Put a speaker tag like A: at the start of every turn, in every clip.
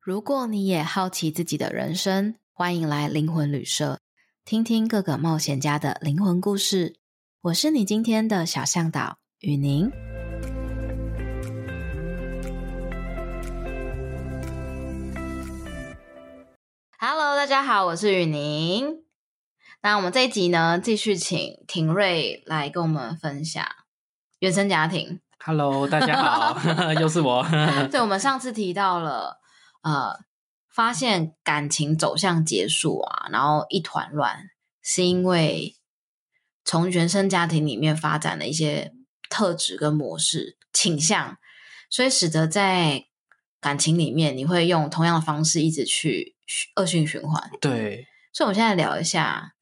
A: 如果你也好奇自己的人生，欢迎来灵魂旅社，听听各个冒险家的灵魂故事。我是你今天的小向导雨宁。Hello，大家好，我是雨宁。那我们这一集呢，继续请庭瑞来跟我们分享原生家庭。
B: Hello，大家好， 又是我。
A: 对，我们上次提到了，呃，发现感情走向结束啊，然后一团乱，是因为从原生家庭里面发展的一些特质跟模式倾向，所以使得在感情里面你会用同样的方式一直去恶性循环。
B: 对，
A: 所以我们现在聊一下，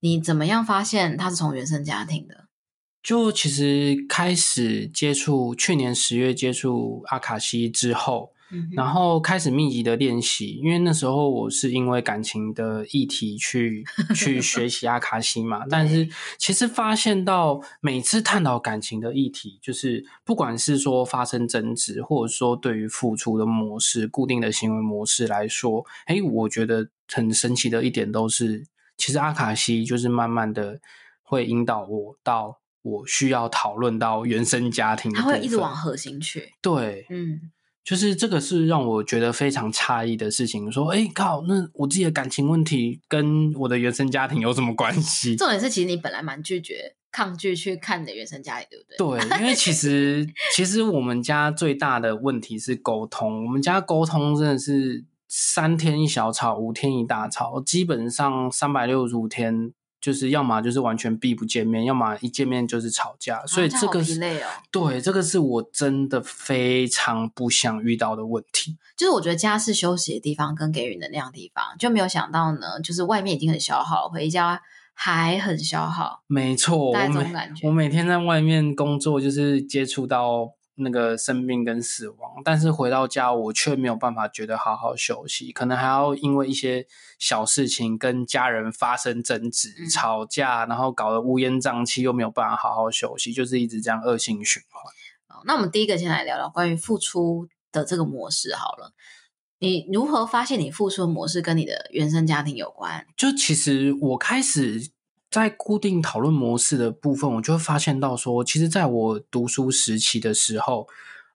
A: 你怎么样发现他是从原生家庭的？
B: 就其实开始接触，去年十月接触阿卡西之后，
A: 嗯哼
B: 然后开始密集的练习，因为那时候我是因为感情的议题 去去学习阿卡西嘛，但是其实发现到每次探讨感情的议题，就是不管是说发生争执，或者说对于付出的模式、固定的行为模式来说，哎，我觉得很神奇的一点都是，其实阿卡西就是慢慢的会引导我到我需要讨论到原生家庭的
A: 他
B: 部分，
A: 会一直往核心去。
B: 对，
A: 嗯，
B: 就是这个是让我觉得非常诧异的事情。说，哎、靠，那我自己的感情问题跟我的原生家庭有什么关系？
A: 重点是其实你本来蛮拒绝、抗拒去看你的原生家庭，对不对？
B: 对，因为其实其实我们家最大的问题是沟通，我们家沟通真的是三天一小吵，五天一大吵，基本上三百六十五天。就是要么就是完全避不见面，要么一见面就是吵架，所以
A: 这样
B: 这
A: 好
B: 个
A: 疲
B: 是
A: 累哦
B: 对，这个是我真的非常不想遇到的问题。
A: 就是我觉得家是休息的地方跟给予能量的地方，就没有想到呢，就是外面已经很消耗了，回家还很消耗。
B: 没错，
A: 大概
B: 我
A: 这种
B: 每
A: 感觉
B: 我每天在外面工作，就是接触到那个生病跟死亡，但是回到家我却没有办法觉得好好休息，可能还要因为一些小事情跟家人发生争执、
A: 嗯
B: 吵架，然后搞得乌烟瘴气，又没有办法好好休息，就是一直这样恶性循环。
A: 哦那我们第一个先来聊聊关于付出的这个模式好了。你如何发现你付出的模式跟你的原生家庭有关？
B: 就其实我开始在固定讨论模式的部分，我就会发现到说，其实在我读书时期的时候，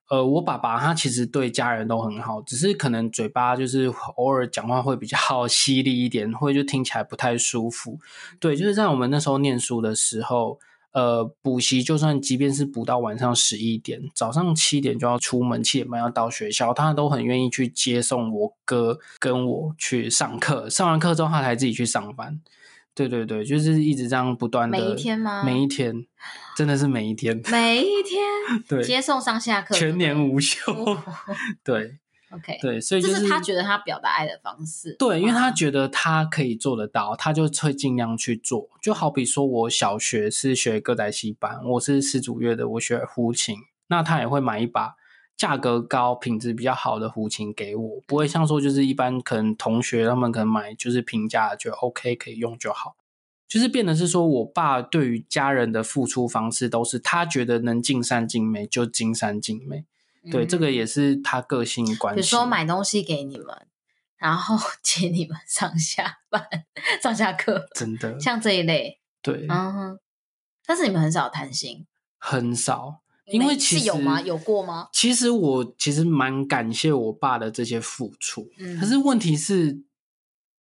B: 呃，我爸爸他其实对家人都很好，只是可能嘴巴就是偶尔讲话会比较 犀利一点，会就听起来不太舒服。对，就是在我们那时候念书的时候。呃，补习就算即便是补到晚上十一点，早上七点就要出门，七点半要到学校，他都很愿意去接送我哥跟我去上课。上完课之后，他才自己去上班。对对对，就是一直这样不断的
A: 每一天吗
B: 每一天，真的是每一 天，
A: 每一天
B: 对，
A: 接送上下课，
B: 全年无 休。
A: 哦
B: 对
A: OK，
B: 对，所以
A: 这
B: 就是
A: 他觉得他表达爱的方式。
B: 对，因为他
A: 哇
B: 觉得他可以做得到，他就会尽量去做。就好比说，我小学是学歌仔戏班，我是丝竹乐的，我学胡琴，那他也会买一把价格高、品质比较好的胡琴给我，不会像说就是一般可能同学他们可能买就是平价的，觉得 OK 可以用就好。就是变得是说，我爸对于家人的付出方式都是他觉得能尽善尽美就尽善尽美，
A: 嗯
B: 对，这个也是他个性关
A: 比
B: 系。
A: 如说买东西给你们，然后 接你们上下班、上下课，
B: 真的
A: 像这一类，
B: 对，
A: 嗯哼。但是你们很少谈心，
B: 很少，因为
A: 没
B: 其
A: 是
B: 实
A: 有吗？有过吗？
B: 其实我其实蛮感谢我爸的这些付出，
A: 嗯
B: 可是问题是，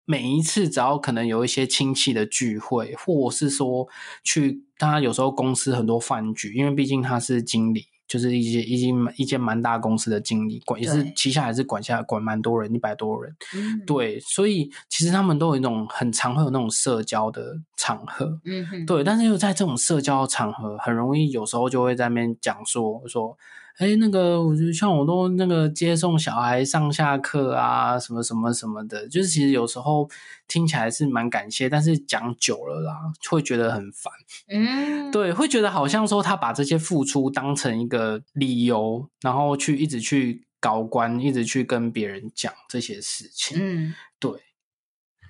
B: 每一次只要可能有一些亲戚的聚会，或是说去他有时候公司很多饭局，因为毕竟他是经理。就是一些一间一间蛮大公司的经理，管也是
A: 对
B: 旗下也是管下管蛮多人，一百多人。
A: 嗯，，
B: 对，所以其实他们都有一种很常会有那种社交的场合。
A: 嗯哼，
B: 对，但是又在这种社交场合，很容易有时候就会在那边讲说说，哎，那个，我觉得像我都那个接送小孩上下课啊，什么什么什么的，就是其实有时候听起来是蛮感谢，但是讲久了啦，会觉得很烦。
A: 嗯，
B: 对，会觉得好像说他把这些付出当成一个理由，然后去一直去搞官，一直去跟别人讲这些事情。
A: 嗯，
B: 对。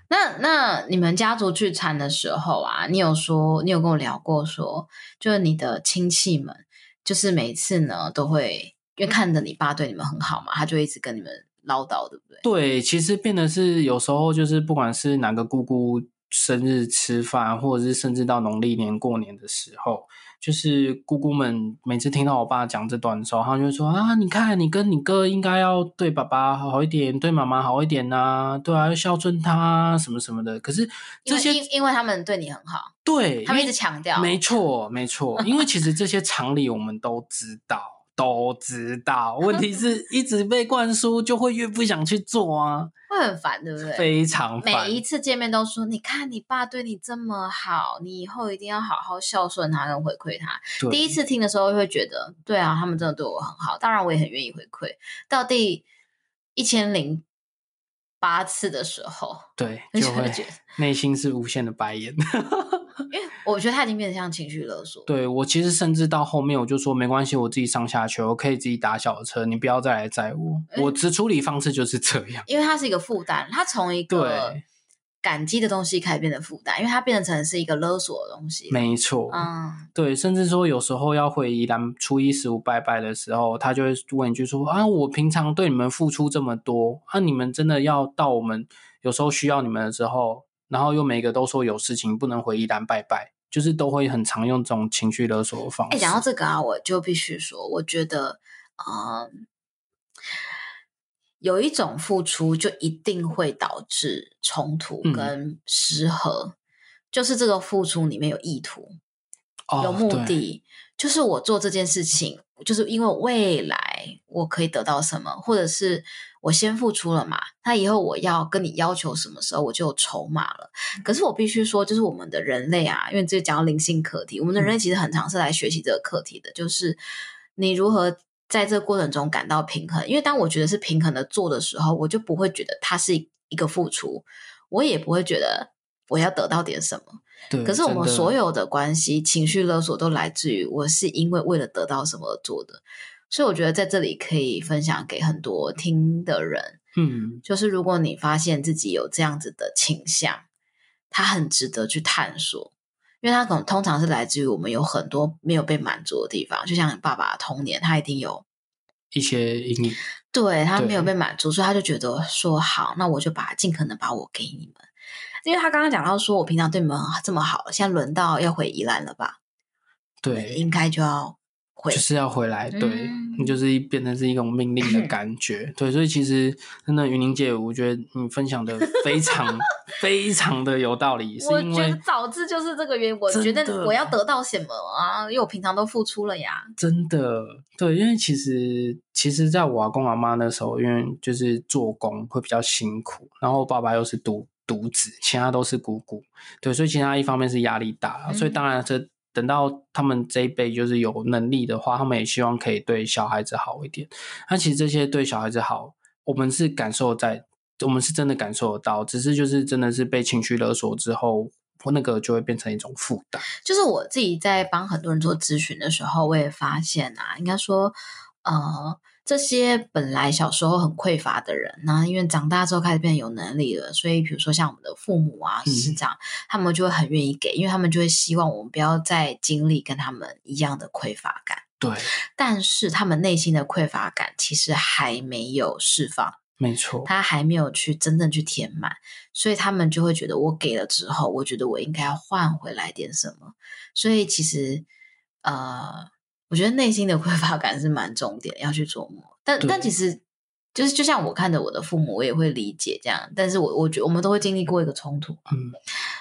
A: 那那你们家族聚餐的时候啊，你有说你有跟我聊过说，就是你的亲戚们，就是每次呢都会因为看着你爸对你们很好嘛，他就一直跟你们唠叨，对不对？
B: 对，其实变得是有时候就是不管是哪个姑姑生日吃饭，或者是甚至到农历年过年的时候，就是姑姑们每次听到我爸讲这段的时候，他们就说啊，你看你跟你哥应该要对爸爸好一点，对妈妈好一点呐、对啊，要孝顺他、啊、什么什么的。可是
A: 因
B: 这
A: 为
B: 些
A: 因因为他们对你很好，
B: 对，
A: 他们一
B: 因为
A: 直强调，
B: 没错，没 错，因为其实这些常理我们都知道，都知道。问题是一直被灌输，就会越不想去做啊，
A: 会很烦，对不对？
B: 非常烦
A: 每。一次见面都说，你看你爸对你这么好，你以后一定要好好孝顺他跟回馈他。
B: 对
A: 第一次听的时候会觉得，对啊，他们真的对我很好，当然我也很愿意回馈。到第一千零八次的时候，
B: 对，
A: 就
B: 就会
A: 会觉得，
B: 内心是无限的白眼。
A: 因为我觉得他已经变得像情绪勒索。
B: 对我其实甚至到后面我就说没关系，我自己上下学，我可以自己打小车，你不要再来载我。
A: 哎
B: 我只处理方式就是这样。
A: 因为它是一个负担，它从一个
B: 对
A: 感激的东西开始变成负担，因为它变成是一个勒索的东西。
B: 没错，
A: 嗯，
B: 对，甚至说有时候要回宜兰初一十五拜拜的时候，他就会问一句说：“啊，我平常对你们付出这么多，啊，你们真的要到我们有时候需要你们的时候，然后又每个都说有事情不能回宜兰拜拜，就是都会很常用这种情绪勒索的方
A: 哎、
B: 式。
A: 讲到这个啊，我就必须说，我觉得，嗯，有一种付出就一定会导致冲突
B: 嗯
A: 跟失和，就是这个付出里面有意图。
B: 哦
A: 有目，
B: 对
A: 的，就是我做这件事情，就是因为未来我可以得到什么，或者是我先付出了嘛，那以后我要跟你要求什么时候，我就有筹码了。
B: 嗯
A: 可是我必须说，就是我们的人类啊，因为这讲到灵性课题，我们的人
B: 嗯
A: 类其实很常是来学习这个课题的，就是你如何。在这个过程中感到平衡，因为当我觉得是平衡的做的时候，我就不会觉得它是一个付出，我也不会觉得我要得到点什么。
B: 对
A: 可是我
B: 嗯真
A: 们
B: 的
A: 所有的关系、情绪勒索都来自于我是因为为了得到什么而做的，所以我觉得在这里可以分享给很多听的人，
B: 嗯，
A: 就是如果你发现自己有这样子的倾向，它很值得去探索，因为它可能通常是来自于我们有很多没有被满足的地方，就像你爸爸的童年，他一定有
B: 一些阴影，
A: 对他没有
B: 对
A: 被满足，所以他就觉得说好，那我就把尽可能把我给你们，因为他刚刚讲到说我平常对你们这么好，现在轮到要回宜兰了吧？
B: 对，
A: 应该就要回。
B: 就是要回来，对，
A: 嗯
B: 就是一变成是一种命令的感觉，对，所以其实真的云玲姐，我觉得你分享的非 常非常的有道理，是
A: 我
B: 因
A: 觉得
B: 为
A: 早知就是这个原因，我
B: 真
A: 觉
B: 的
A: 得我要得到什么啊？因为我平常都付出了呀。
B: 真的对，因为其实其实在我阿公阿妈那时候，因为就是做工会比较辛苦，然后我爸爸又是独独子，其他都是姑姑，对，所以其他一方面是压力大啦，所以
A: 嗯
B: 当然这。等到他们这一辈就是有能力的话，他们也希望可以对小孩子好一点。那其实这些对小孩子好，我们是感受在，我们是真的感受得到，只是就是真的是被情绪勒索之后，那个就会变成一种负担。
A: 就是我自己在帮很多人做咨询的时候，我也发现啊，应该说，呃，这些本来小时候很匮乏的人，然后因为长大之后开始变得有能力了，所以比如说像我们的父母啊、
B: 嗯
A: 师长，他们就会很愿意给，因为他们就会希望我们不要再经历跟他们一样的匮乏感。
B: 对，
A: 但是他们内心的匮乏感其实还没有释放，
B: 没错，
A: 他还没有去真正去填满，所以他们就会觉得我给了之后，我觉得我应该要换回来点什么。所以其实，呃，我觉得内心的 匮乏感是蛮重点，要去琢磨。但
B: 对
A: 但其实就是就像我看着我的父母，我也会理解这样，但是我我觉得我们都会经历过一个冲突，
B: 嗯，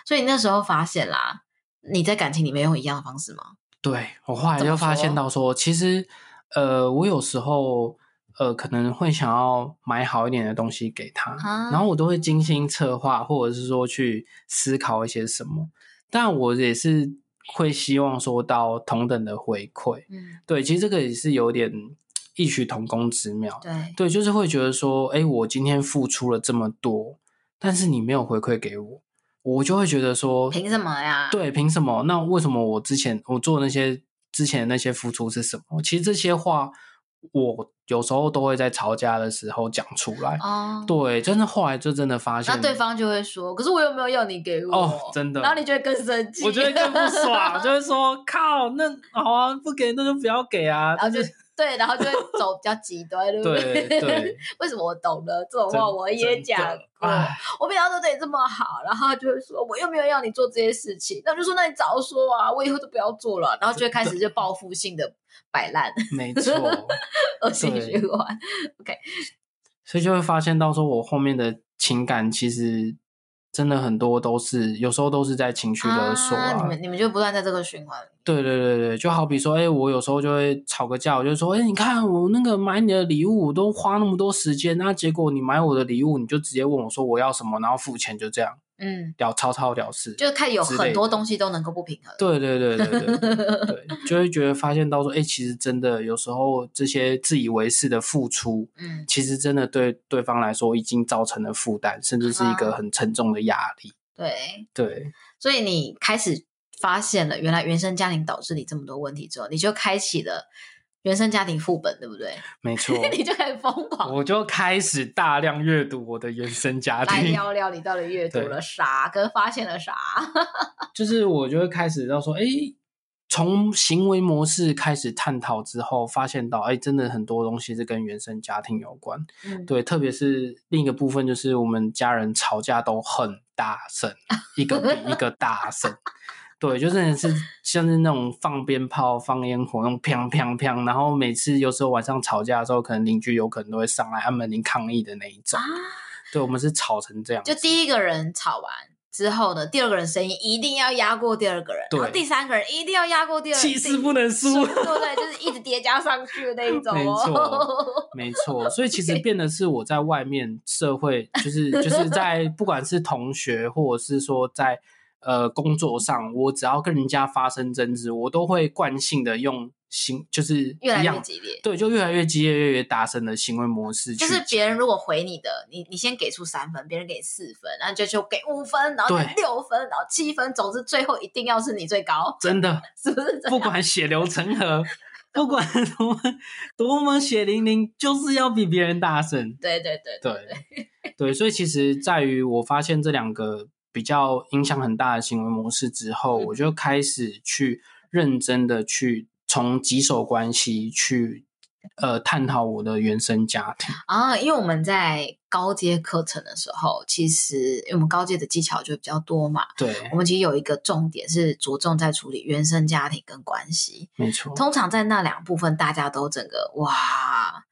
A: 所以那时候发现啦，你在感情里面用一样的方式吗？
B: 对我后来
A: 怎
B: 就
A: 么
B: 发现
A: 说
B: 到说，其实呃，我有时候呃可能会想要买好一点的东西给他，
A: 啊
B: 然后我都会精心策划，或者是说去思考一些什么，但我也是会希望说到同等的回馈。
A: 嗯，
B: 对，其实这个也是有点异曲同工之妙。
A: 对，
B: 对，就是会觉得说，哎，我今天付出了这么多，但是你没有回馈给我，我就会觉得说，
A: 凭什么呀？
B: 对，凭什么？那为什么我之前我做那些之前的那些付出是什么？其实这些话，我有时候都会在吵架的时候讲出来。
A: 哦，
B: 对，真的后来就真的发现，
A: 那 对方就会说：“可是我又没有要你给我。”
B: 哦真的
A: 然后你就会更生气，
B: 我就会更不爽，就会说靠，那好啊，不给那就不要给啊，
A: 然后就对，然后就会走比较极端，对不
B: 对 对，
A: 为什么我懂了这种话，我也讲过，
B: 哎，
A: 我平常都对你这么好，然后他就会说我又没有要你做这些事情，那我就说那你早说啊，我以后就不要做了，然后就会开始就报复性的摆烂，
B: 没错。
A: 恶性循环。
B: 所以就会发现到说，我后面的情感其实真的很多都是，有时候都是在情绪勒索啊。
A: 你们你们就不断在这个循环里。
B: 对对对对，就好比说，哎、我有时候就会吵个架，我就说，哎、你看我那个买你的礼物，我都花那么多时间，那结果你买我的礼物，你就直接问我说我要什么，然后付钱，就这样
A: 嗯，
B: 了，草草了事。
A: 就看有很多东西都能够不平衡。
B: 对对对对对 对对，就会觉得发现到说，哎、其实真的有时候这些自以为是的付出，
A: 嗯，
B: 其实真的对对方来说已经造成了负担，甚至是一
A: 啊
B: 个很沉重的压力。
A: 对，
B: 对，
A: 所以你开始发现了原来原生家庭导致你这么多问题之后，你就开启了原生家庭副本，对不对？。
B: 没错
A: 你就开始疯狂
B: 我就开始大量阅读我的原生家
A: 来
B: 庭，
A: 聊聊你到底阅读
B: 对
A: 了啥，跟发现了啥。
B: 就是我就会开始到说，哎、从行为模式开始探讨之后，发现到，哎、真的很多东西是跟原生家庭有关。
A: 嗯，
B: 对，特别是另一个部分，就是我们家人吵架都很大声，一个比一个大声。对，就真的是像是那种放鞭炮、放烟火那种砰砰砰，然后每次有时候晚上吵架的时候，可能邻居有可能都会上来按门铃抗议的那一种。
A: 啊。
B: 对，我们是吵成这样子。
A: 就第一个人吵完之后呢，第二个人声音一定要压过第二个人，
B: 对
A: 然后第三个人一定要压过第二个人，
B: 气势不能
A: 第
B: 输。
A: 对不对？就是一直叠加上去的那一种、哦。
B: 没错没错，所以其实变得是我在外面社会，就是就 是在不管是同学，或者是说在呃工作上，我只要跟人家发生争执，我都会惯性的用行，就是
A: 越来
B: 一
A: 越
B: 样，
A: 激烈。
B: 对，就越来越激烈、越来越大声的行为模式去
A: 就
B: 讲，
A: 是别人如果回你的，你你先给出三分，别人给四分，然后就就给五分，然后再
B: 对
A: 六分，然后七分，总之最后一定要是你最高，
B: 真的
A: 是不是这样？
B: 不管血流成河，不管多么 多么血淋淋，就是要比别人大声。
A: 对对对
B: 对对，所以其实在于我发现这两个比较影响很大的行为模式之后，
A: 嗯
B: 我就开始去认真的去从棘手关系去呃探讨我的原生家庭。
A: 啊，因为我们在高阶课程的时候，其实因为我们高阶的技巧就比较多嘛，
B: 对
A: 我，们其实有一个重点是着重在处理原生家庭跟关系。
B: 没错，
A: 通常在那两部分，大家都整个哇，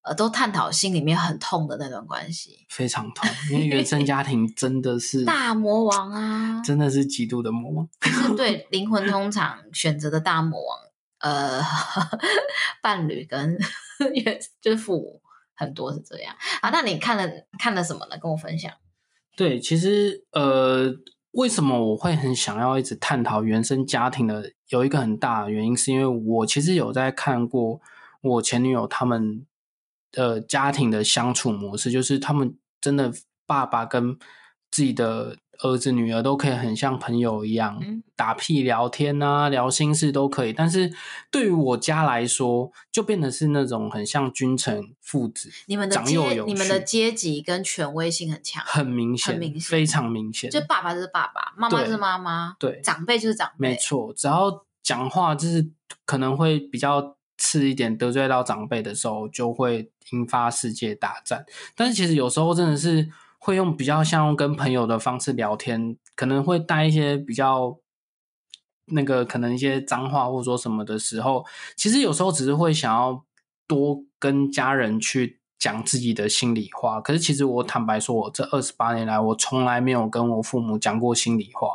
A: 呃，都探讨心里面很痛的那段关系，
B: 非常痛，因为原生家庭真的是
A: 大魔王啊，
B: 真的是极度的魔王。
A: 就是 对灵魂通常选择的大魔王，呃， 伴侣跟 就是父母。很多是这样啊，那你看了看了什么呢？跟我分享。
B: 对，其实呃，为什么我会很想要一直探讨原生家庭的，有一个很大的原因，是因为我其实有在看过我前女友他们呃家庭的相处模式，就是他们真的爸爸跟自己的儿子女儿都可以很像朋友一样，
A: 嗯
B: 打屁聊天啊，聊心事都可以。但是对于我家来说，就变得是那种很像君臣父子，
A: 你们的
B: 长幼
A: 阶
B: 有
A: 你们的
B: 序
A: 阶级跟权威性很强，
B: 很明显，
A: 明显
B: 非常明显，
A: 就爸爸就是爸爸，妈妈就是妈妈，
B: 对。
A: 长辈就是长
B: 没
A: 辈，
B: 错，只要讲话就是可能会比较刺一点，得罪到长辈的时候，就会引发世界大战。但是其实有时候真的是会用比较像跟朋友的方式聊天，可能会带一些比较那个可能一些脏话或者说什么的时候，其实有时候只是会想要多跟家人去。讲自己的心里话，可是其实我坦白说，我这二十八年来，我从来没有跟我父母讲过心里话。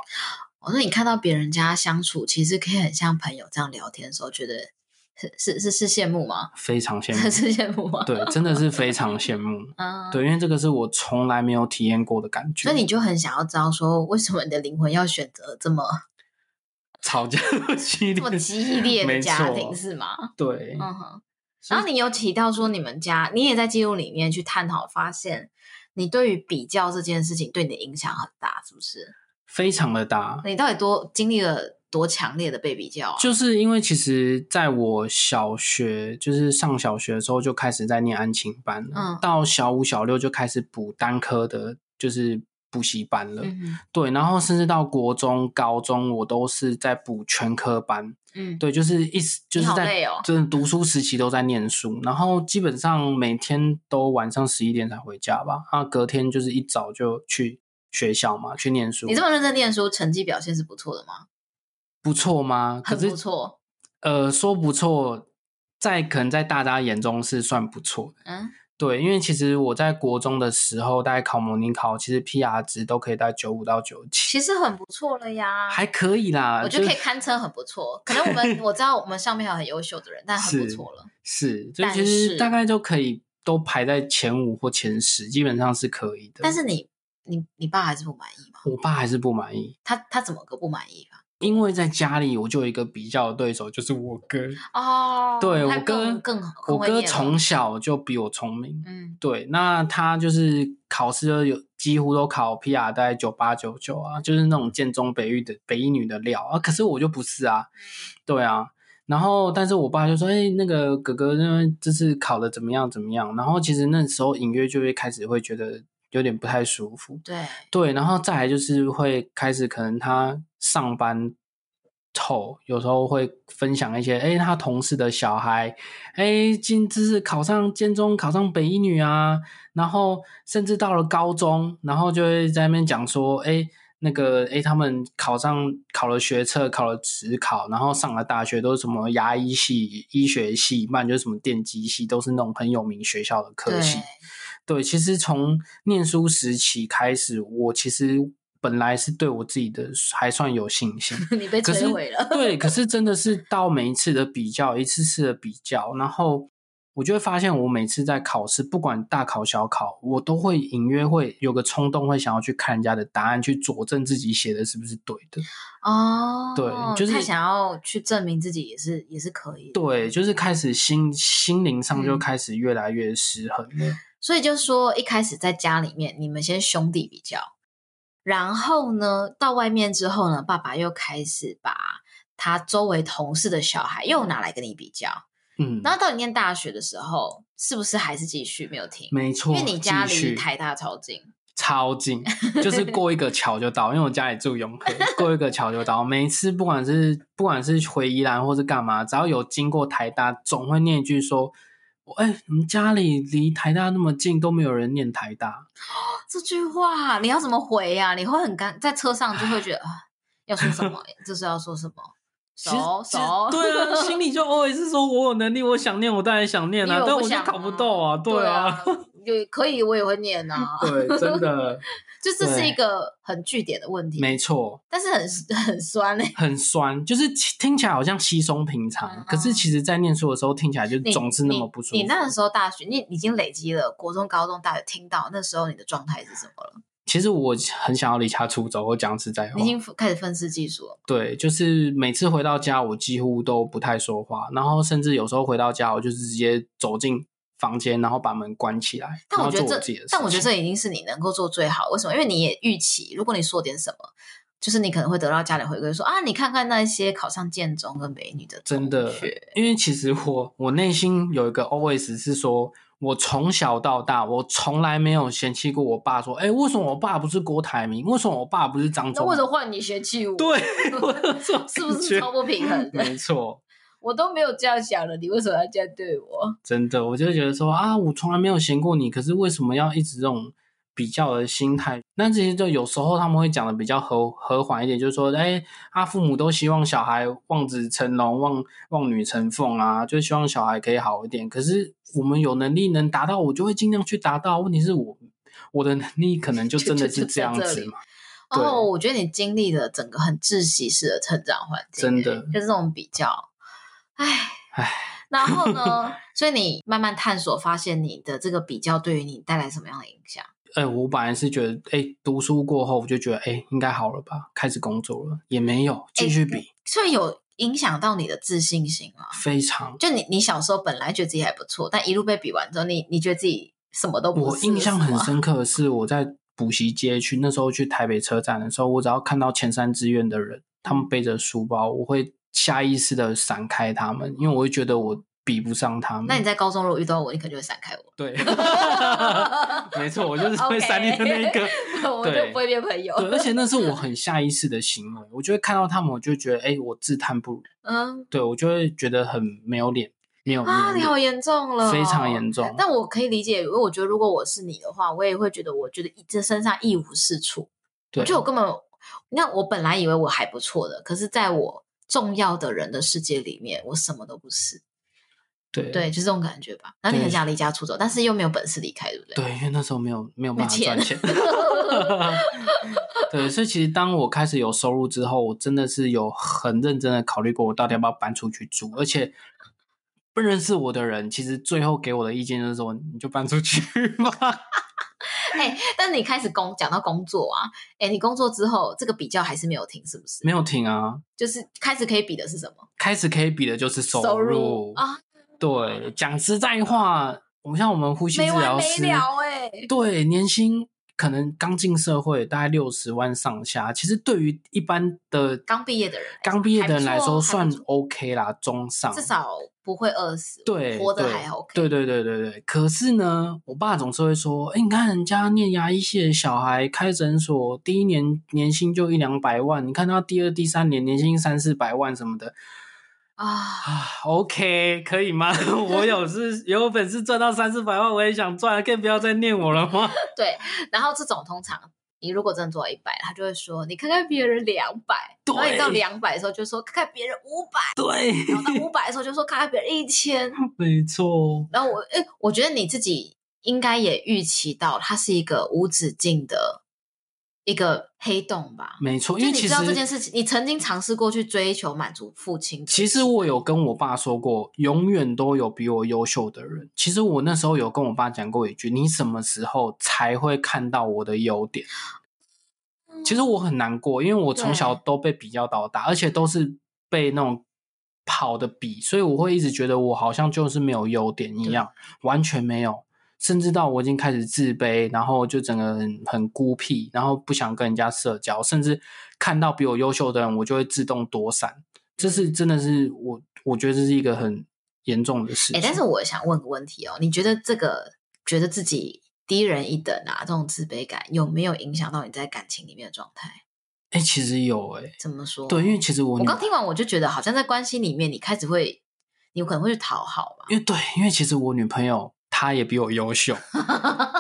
A: 我哦说你看到别人家相处，其实可以很像朋友这样聊天的时候，觉得是是是是羡慕吗？
B: 非常羡慕，
A: 是羡慕吗？，
B: 对，真的是非常羡慕。
A: 嗯，。
B: 对，因为这个是我从来没有体验过的感觉。
A: 所以你就很想要知道说，为什么你的灵魂要选择这么
B: 吵架激
A: 这
B: 烈
A: 么激烈的
B: 没
A: 家
B: 错
A: 庭是吗？
B: 对，
A: 嗯哼。
B: 所以
A: 然后你有提到说，你们家你也在记录里面去探讨，发现你对于比较这件事情对你的影响很大，是不是？
B: 非常的大。
A: 你到底多经历了多强烈的被比较啊？
B: 就是因为其实在我小学，就是上小学的时候就开始在念安亲班了，
A: 嗯
B: 到小五、小六就开始补单科的，就是补习班了。
A: 嗯
B: 对，然后甚至到国中、高中，我都是在补全科班。
A: 嗯，
B: 对，就是一直就是
A: 好
B: 在
A: 累哦
B: 真的读书时期都在念书，然后基本上每天都晚上十一点才回家吧。啊，隔天就是一早就去学校嘛，去念书
A: 你。这么认真念书，成绩表现是不错的吗？
B: 不错吗？可
A: 很
B: 是
A: 不错，
B: 呃，说不错，在可能在大家眼中是算不错的。
A: 嗯，
B: 对，因为其实我在国中的时候，大概考模拟考，其实 PR 值都可以在九五到九七，
A: 其实很不错了呀。
B: 还可以啦。
A: 我觉得
B: 就
A: 可以堪称很不错，可能我 们我知道我们上面还有很优秀的人，但很不
B: 是
A: 错了。
B: 是，就
A: 但
B: 其实
A: 是
B: 大概就可以都排在前五或前十，基本上是可以的。
A: 但是你你你爸还是不满意吗？
B: 我爸还是不满意，
A: 他他怎么个不满意法？
B: 因为在家里我就有一个比较的对手，就是我哥。
A: 哦，
B: 对
A: 他
B: 我哥
A: 更更
B: 我
A: 更会
B: 哥
A: 念了
B: 从小就比我聪明，
A: 嗯
B: 对，那他就是考试就有几乎都考 PR 大概九八九九啊，就是那种建中北育的北一女的料啊。可是我就不是
A: 嗯
B: 啊，对啊。然后，但是我爸就说：“哎、那个哥哥，因为这次考的怎么样怎么样？”然后其实那时候隐约就会开始会觉得有点不太舒服，
A: 对
B: 对。然后再来就是会开始可能他上班后，有时候会分享一些，哎、他同事的小孩，哎，今这是考上建中，考上北一女啊，然后甚至到了高中，然后就会在那边讲说，哎，那个，哎，他们考上考了学测，考了职考，然后上了大学都是什么牙医系、医学系，不然就是什么电机系，都是那种很有名学校的科
A: 对，
B: 系。对，其实从念书时期开始，我其实本来是对我自己的还算有信心，
A: 你 被
B: 可是
A: 摧毁了。
B: 对，可是真的是到每一次的比较，一次次的比较，然后我就会发现，我每次在考试，不管大考小考，我都会隐约会有个冲动，会想要去看人家的答案，去佐证自己写的是不是对的。
A: 哦，
B: 对就是
A: 他想要去证明自己也是也是可以的。
B: 对，就是开始心心灵上就
A: 嗯
B: 开始越来越失衡了。
A: 所以就说一开始在家里面，你们先兄弟比较，然后呢，到外面之后呢，爸爸又开始把他周围同事的小孩又拿来跟你比较。
B: 嗯，
A: 然后到你念大学的时候，是不是还是继续没有停？
B: 没
A: 因
B: 错，
A: 为你家
B: 继
A: 离
B: 续
A: 台大超近，
B: 超近，就是过一个桥就到。因为我家里住永和，过一个桥就到。每次不管是不管是回宜兰或是干嘛，只要有经过台大，总会念一句说：“哎、你们家里离台大那么近，都没有人念台大。
A: 这句话你要怎么回呀、你会很尴，在车上就会觉得啊，要说什么？这是要说什么？”
B: 其实
A: 熟
B: 其实
A: 熟，
B: 对啊，心里就 always 说我有能力，我想念，我当然想念
A: 因
B: 啊
A: 为，
B: 但
A: 不
B: 我就
A: 想
B: 考不到啊，对
A: 啊
B: 啊，，。
A: 也可以，我也会念啊
B: 对，真的
A: 就这是
B: 对
A: 一个很据点的问题，
B: 没错。
A: 但是很 很酸嘞、欸
B: 很酸，就是听起来好像稀松平常，
A: 嗯
B: 可是其实，在念书的时候听起来就
A: 你
B: 总是那么不舒服。
A: 你。你那时候大学，你已经累积了国中、高中、大学，听到那时候你的状态是什么了？
B: 其实我很想要离家出走，我讲实在话
A: 你已，经开始分析技术了。
B: 对，就是每次回到家，我几乎都不太说话，然后甚至有时候回到家，我就是直接走进房间，然后把门关起来，
A: 但
B: 然
A: 我
B: 后
A: 觉
B: 做
A: 得
B: 自己
A: 这
B: 的，事
A: 但我觉得
B: 情
A: 这已经是你能够做最好。为什么？因为你也预期，如果你说点什么，就是你可能会得到家里回归，说啊，你看看那一些考上建中跟美女的
B: 真的
A: 同学，
B: 因为其实我我内心有一个 always 是说，我从小到大，我从来没有嫌弃过我爸，说，哎，为什么我爸不是郭台铭？为什么我爸不是张
A: 那
B: 忠
A: 为
B: 谋
A: 什？么换你学器物？
B: 对，我有这种
A: 是不
B: 感
A: 是
B: 觉
A: 超不平衡的
B: 没错，
A: 我都没有这样想了，你为什么要这样对我？
B: 真的，我就觉得说啊，我从来没有嫌过你，可是为什么要一直这种比较的心态？那其实就有时候他们会讲的比较和和缓一点，就是说，哎，啊，父母都希望小孩望子成龙、望望女成凤啊，就希望小孩可以好一点。可是我们有能力能达到，我就会尽量去达到。问题是我我的能力可能就真的
A: 就就
B: 是
A: 就
B: 这样
A: 在这
B: 子
A: 里
B: 嘛，对
A: 哦，我觉得你经历了整个很窒息式的成长环境，
B: 真的
A: 欸就是这种比较，唉
B: 唉。
A: 然后呢？所以你慢慢探索，发现你的这个比较对于你带来什么样的影响？
B: 哎、我本来是觉得，哎、读书过后我就觉得，哎、应该好了吧，开始工作了，也没有
A: 哎
B: 继续比，
A: 所以有影响到你的自信心吗？
B: 非常。
A: 就你，你小时候本来觉得自己还不错，但一路被比完之后，你你觉得自己什么都不
B: 我
A: 是，
B: 印象
A: 是
B: 很
A: 吗
B: 深刻的是，我在补习街去那时候去台北车站的时候，我只要看到前三志愿的人，他们背着书包，我会下意识的闪开他们，因为我会觉得我比不上他们。
A: 那你在高中如果遇到我，你可能就会闪开 我，
B: 对，没错，我就是会闪你的那一个。
A: 我们就不会变朋友。
B: 对，而且那是我很下意识的行为，我就会看到他们，我就觉得，哎、我自叹不如，
A: 嗯
B: 对我就会觉得很没有脸，没有
A: 啊，
B: 面
A: 你
B: 子
A: 好严重了，哦
B: 非常严重。
A: 但我可以理解，因为我觉得如果我是你的话，我也会觉得，我觉得一这身上一无是处，
B: 对，
A: 就我根本，那我本来以为我还不错的，可是在我重要的人的世界里面，我什么都不是，
B: 对
A: 对，就是这种感觉吧。那你
B: 对
A: 很想离家出走，但是又没有本事离开，对不对？
B: 对，因为那时候没有没有办法
A: 没钱
B: 赚钱。 对，所以其实当我开始有收入之后，我真的是有很认真的考虑过，我到底要不要搬出去住。而且不认识我的人，其实最后给我的意见就是说，你就搬出去吧。
A: 哎、但你开始工讲到工作啊，哎、你工作之后这个比较还是没有停，是不是？
B: 没有停啊，
A: 就是开始可以比的是什么？
B: 开始可以比的就是收入。
A: 啊，
B: 对，讲实在话，我们像我们呼吸治
A: 没完
B: 疗
A: 没
B: 师，
A: 了哎、
B: 对，年薪可能刚进社会大概六十万上下，其实对于一般的
A: 刚毕业的人来说
B: 刚毕业的人来说
A: 还不错还
B: 算
A: 不错
B: OK 啦，中上，
A: 至少不会饿死，
B: 对
A: 活得
B: 对
A: 还 OK。
B: 对对对对对。可是呢，我爸总是会说，哎，你看人家念牙医系的小孩开诊所，第一年年薪就一两百万，你看他第二、第三年年薪三四百万什么的，
A: 啊，
B: 啊，OK，可以吗？ 我有是有本事赚到三四百万，我也想赚，更不要再念我了吗？
A: 对。然后这种通常，你如果真的做到一百，他就会说你看看别人两百，然
B: 对
A: 后你到两百的时候就说看看别人五百，
B: 对，
A: 然后到五百的时候就说看看别人一千。
B: 没错，
A: 然后我，哎，我觉得你自己应该也预期到它是一个无止境的一个黑洞吧。
B: 没错，因
A: 就
B: 为
A: 你
B: 其
A: 知
B: 实
A: 道这件事情，你曾经尝试过去追求满足父亲的
B: 其实我有跟我爸说过，永远都有比我优秀的人。其实我那时候有跟我爸讲过一句：“你什么时候才会看到我的优点？”其实我很难过，因为我从小都被比较到大，而且都是被那种跑的比，所以我会一直觉得我好像就是没有优点一样，完全没有。甚至到我已经开始自卑，然后就整个人很孤僻，然后不想跟人家社交，甚至看到比我优秀的人，我就会自动躲闪。这是
A: 嗯
B: 真的是我，我觉得这是一个很严重的事情。
A: 哎、但是我想问个问题哦，你觉得这个觉得自己低人一等啊，这种自卑感有没有影响到你在感情里面的状态？
B: 哎、其实有哎、
A: 怎么说？
B: 对，因为其实我
A: 我
B: 女
A: 刚听完我就觉得，好像在关系里面，你开始会，你可能会去讨好吧？
B: 因为对，因为其实我女朋友她也比我 优秀，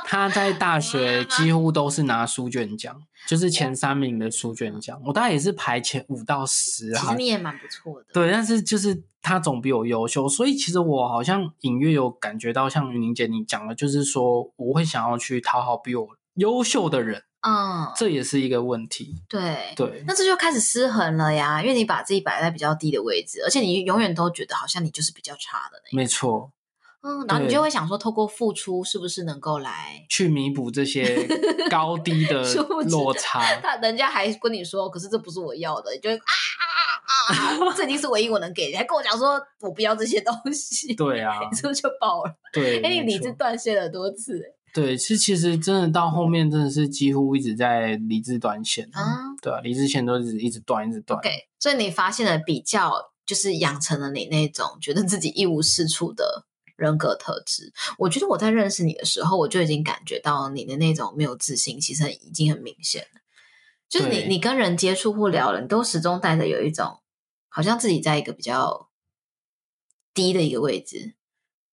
B: 她在大学几乎都是拿书卷奖，就是前三名的书卷奖，我大概也是排前五到十
A: 嗯其
B: 啊
A: 实。你也蛮不错的。
B: 对，但是就是她总比我优秀，所以其实我好像隐约有感觉到，像云玲姐你讲的，就是说我会想要去讨好比我优秀的人，
A: 嗯，
B: 这也是一个问题。
A: 对。
B: 对，
A: 那这就开始失衡了呀，因为你把自己摆在比较低的位置，而且你永远都觉得好像你就是比较差的那一个
B: 没错，
A: 嗯，然后你
B: 对
A: 就会想说，透过付出是不是能够来？
B: 去弥补这些高低 的
A: 殊不知
B: 落差。
A: 他人家还跟你说，可是这不是我要的，你就会啊啊 啊啊！这已经是唯一我能给你，还跟我讲说我不要这些东西，
B: 对 啊，
A: 你是不是就爆了？
B: 对。
A: 哎，你
B: 没
A: 理
B: 错
A: 智断线了多次
B: 对，是其实真的到后面真的是几乎一直在理智短线，
A: 啊
B: 对啊，理智线都一直一直断，一直断。
A: ？OK，所以你发现了比较，就是养成了你那种觉得自己一无是处的人格特质。我觉得我在认识你的时候，我就已经感觉到你的那种没有自信，其实已经很明显了。就是你
B: 对
A: 你跟人接触或聊了，你都始终带着有一种好像自己在一个比较低的一个位置，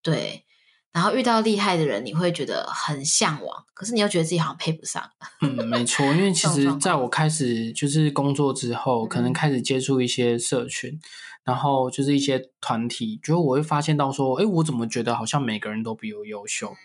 A: 对。然后遇到厉害的人，你会觉得很向往，可是你又觉得自己好像配不上。
B: 嗯，没错，因为其
A: 这种
B: 实
A: 状况
B: 在我开始就是工作之后，可能
A: 嗯
B: 开始接触一些社群，然后就是一些团体，就是我会发现到说，哎，我怎么觉得好像每个人都比我优秀？
A: 嗯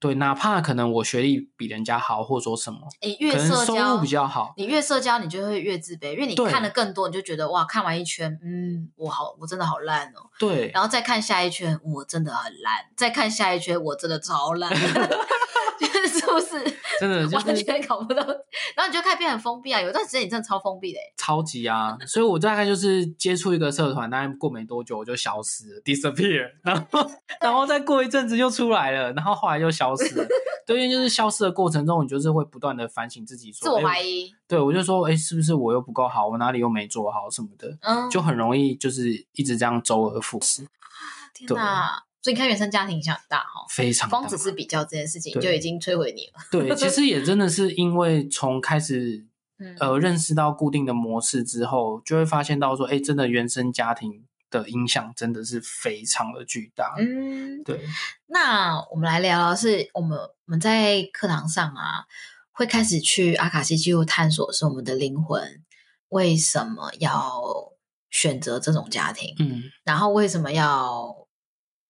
B: 对，哪怕可能我学历比人家好，或者说什么，
A: 你
B: 可
A: 越
B: 能
A: 社
B: 收
A: 交
B: 入比较好，
A: 你越社交，你就会越自卑，因为你
B: 对
A: 看的更多，你就觉得哇，看完一圈，嗯，我好，我真的好烂哦。
B: 对
A: 然，后再看下一圈，我真的很烂。再看下一圈，我真的 超烂，就是是不是
B: 真的 就
A: 完
B: 是
A: 全搞不懂？然后你就开始变很封闭啊，有一段时间你真的超封闭的欸、
B: 超级啊！所以我大概就是接触一个社团，但过没多久我就消失了，disappear，然 后然后再过一阵子又出来了，然后后来又消失 了。对，因为就是消失的过程中，你就是会不断的反省自己说，
A: 自我
B: 哎
A: 怀疑，
B: 对我就说，哎、是不是我又不够好，我哪里又没做好什么的，
A: 嗯，
B: 就很容易就是一直这样周而复始。
A: 天哪！所以你看原生家庭影响很大哈、哦。
B: 非常
A: 光
B: 大。
A: 只是比较这件事情
B: 对
A: 就已经摧毁你了。
B: 对，其实也真的是因为从开始
A: 嗯，
B: 呃认识到固定的模式之后，就会发现到说，哎，真的原生家庭的影响真的是非常的巨大。
A: 嗯，
B: 对，
A: 那我们来聊聊，是我们我们在课堂上啊，会开始去阿卡西记录探索，是我们的灵魂为什么要选择这种家庭，
B: 嗯，
A: 然后为什么要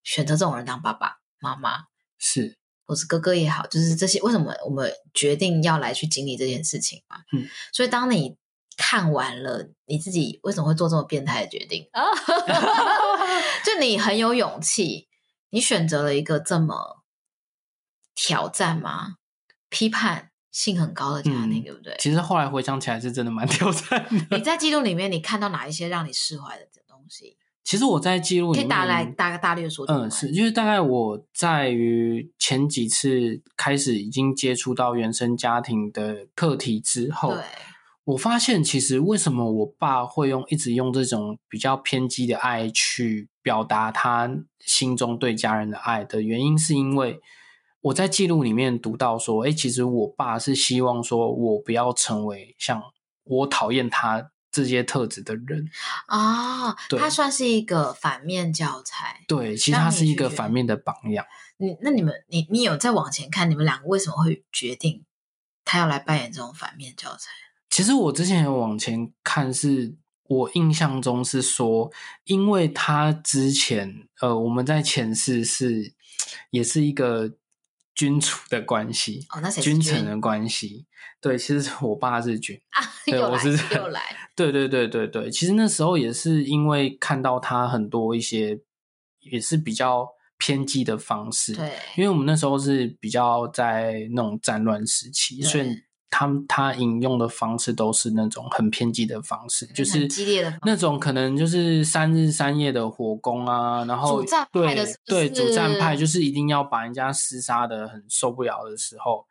A: 选择这种人当爸爸妈妈，
B: 是，
A: 或是哥哥也好，就是这些为什么我们决定要来去经历这件事情嘛？
B: 嗯，
A: 所以当你看完了，你自己为什么会做这么变态的决定？啊， 就你很有勇气，你选择了一个这么挑战吗？批判性很高的家庭，
B: 嗯
A: 对不对？
B: 其实后来回想起来是真的蛮 挑战的。
A: 你在记录里面，你看到哪一些让你释怀的东西？
B: 其实我在记录里
A: 可
B: 面
A: 以大来大大略说出来。
B: 嗯，是，就是大概我在于前几次开始已经接触到原生家庭的课题之后，
A: 对，
B: 我发现其实为什么我爸会用一直用这种比较偏激的爱去表达他心中对家人的爱的原因，是因为我在记录里面读到说，哎、其实我爸是希望说我不要成为像我讨厌他这些特质的人。
A: 啊，
B: 对
A: 它算是一个反面教材。
B: 对，其实
A: 让
B: 他
A: 你
B: 是一
A: 去
B: 个
A: 学
B: 反面的榜样。
A: 你那你们你你有再往前看，你们两个为什么会决定他要来扮演这种反面教材？
B: 其实我之前有往前看是，我印象中是说，因为他之前呃，我们在前世是也是一个君主的关系，
A: 哦，那谁是
B: 君臣的关系。对，其实我爸是君，
A: 啊？
B: 对
A: 又
B: 我
A: 来
B: 是
A: 又 来，
B: 对对对对对。其实那时候也是因为看到他很多一些也是比较偏激的方式，
A: 对，
B: 因为我们那时候是比较在那种战乱时期，
A: 对
B: 所以他们他引用的方式都是那种很偏激的方式，就
A: 很
B: 是
A: 激烈的方式
B: 那种可能就是三日三夜的火攻啊，然后
A: 主战派的
B: 对
A: 是不
B: 对主战
A: 是
B: 派就是一定要把人家厮杀的很受不了的时候，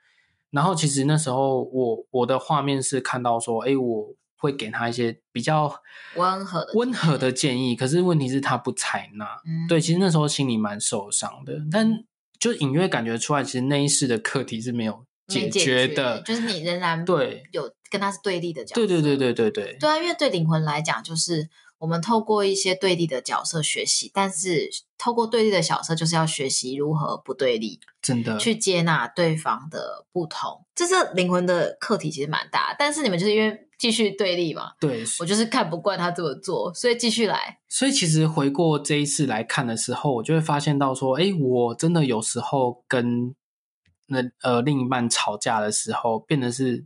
B: 然后其实那时候我我的画面是看到说，哎，我会给他一些比较
A: 温和的
B: 温和的建议，可是问题是他不采纳，
A: 嗯
B: 对，其实那时候心里蛮受伤的，但就隐约感觉出来，其实那一世的课题是没有
A: 没
B: 解
A: 解
B: 决的。
A: 就是你仍然
B: 对
A: 有跟他是对立的角色，
B: 对对对对对对
A: 对啊，因为对灵魂来讲，就是我们透过一些对立的角色学习，但是透过对立的角色，就是要学习如何不对立，
B: 真的
A: 去接纳对方的不同，这是灵魂的课题，其实蛮大的。但是你们就是因为继续对立嘛，
B: 对，
A: 我就是看不惯他这么做，所以继续来。
B: 所以其实回过这一次来看的时候，我就会发现到说，哎，我真的有时候跟那呃另一半吵架的时候，变得是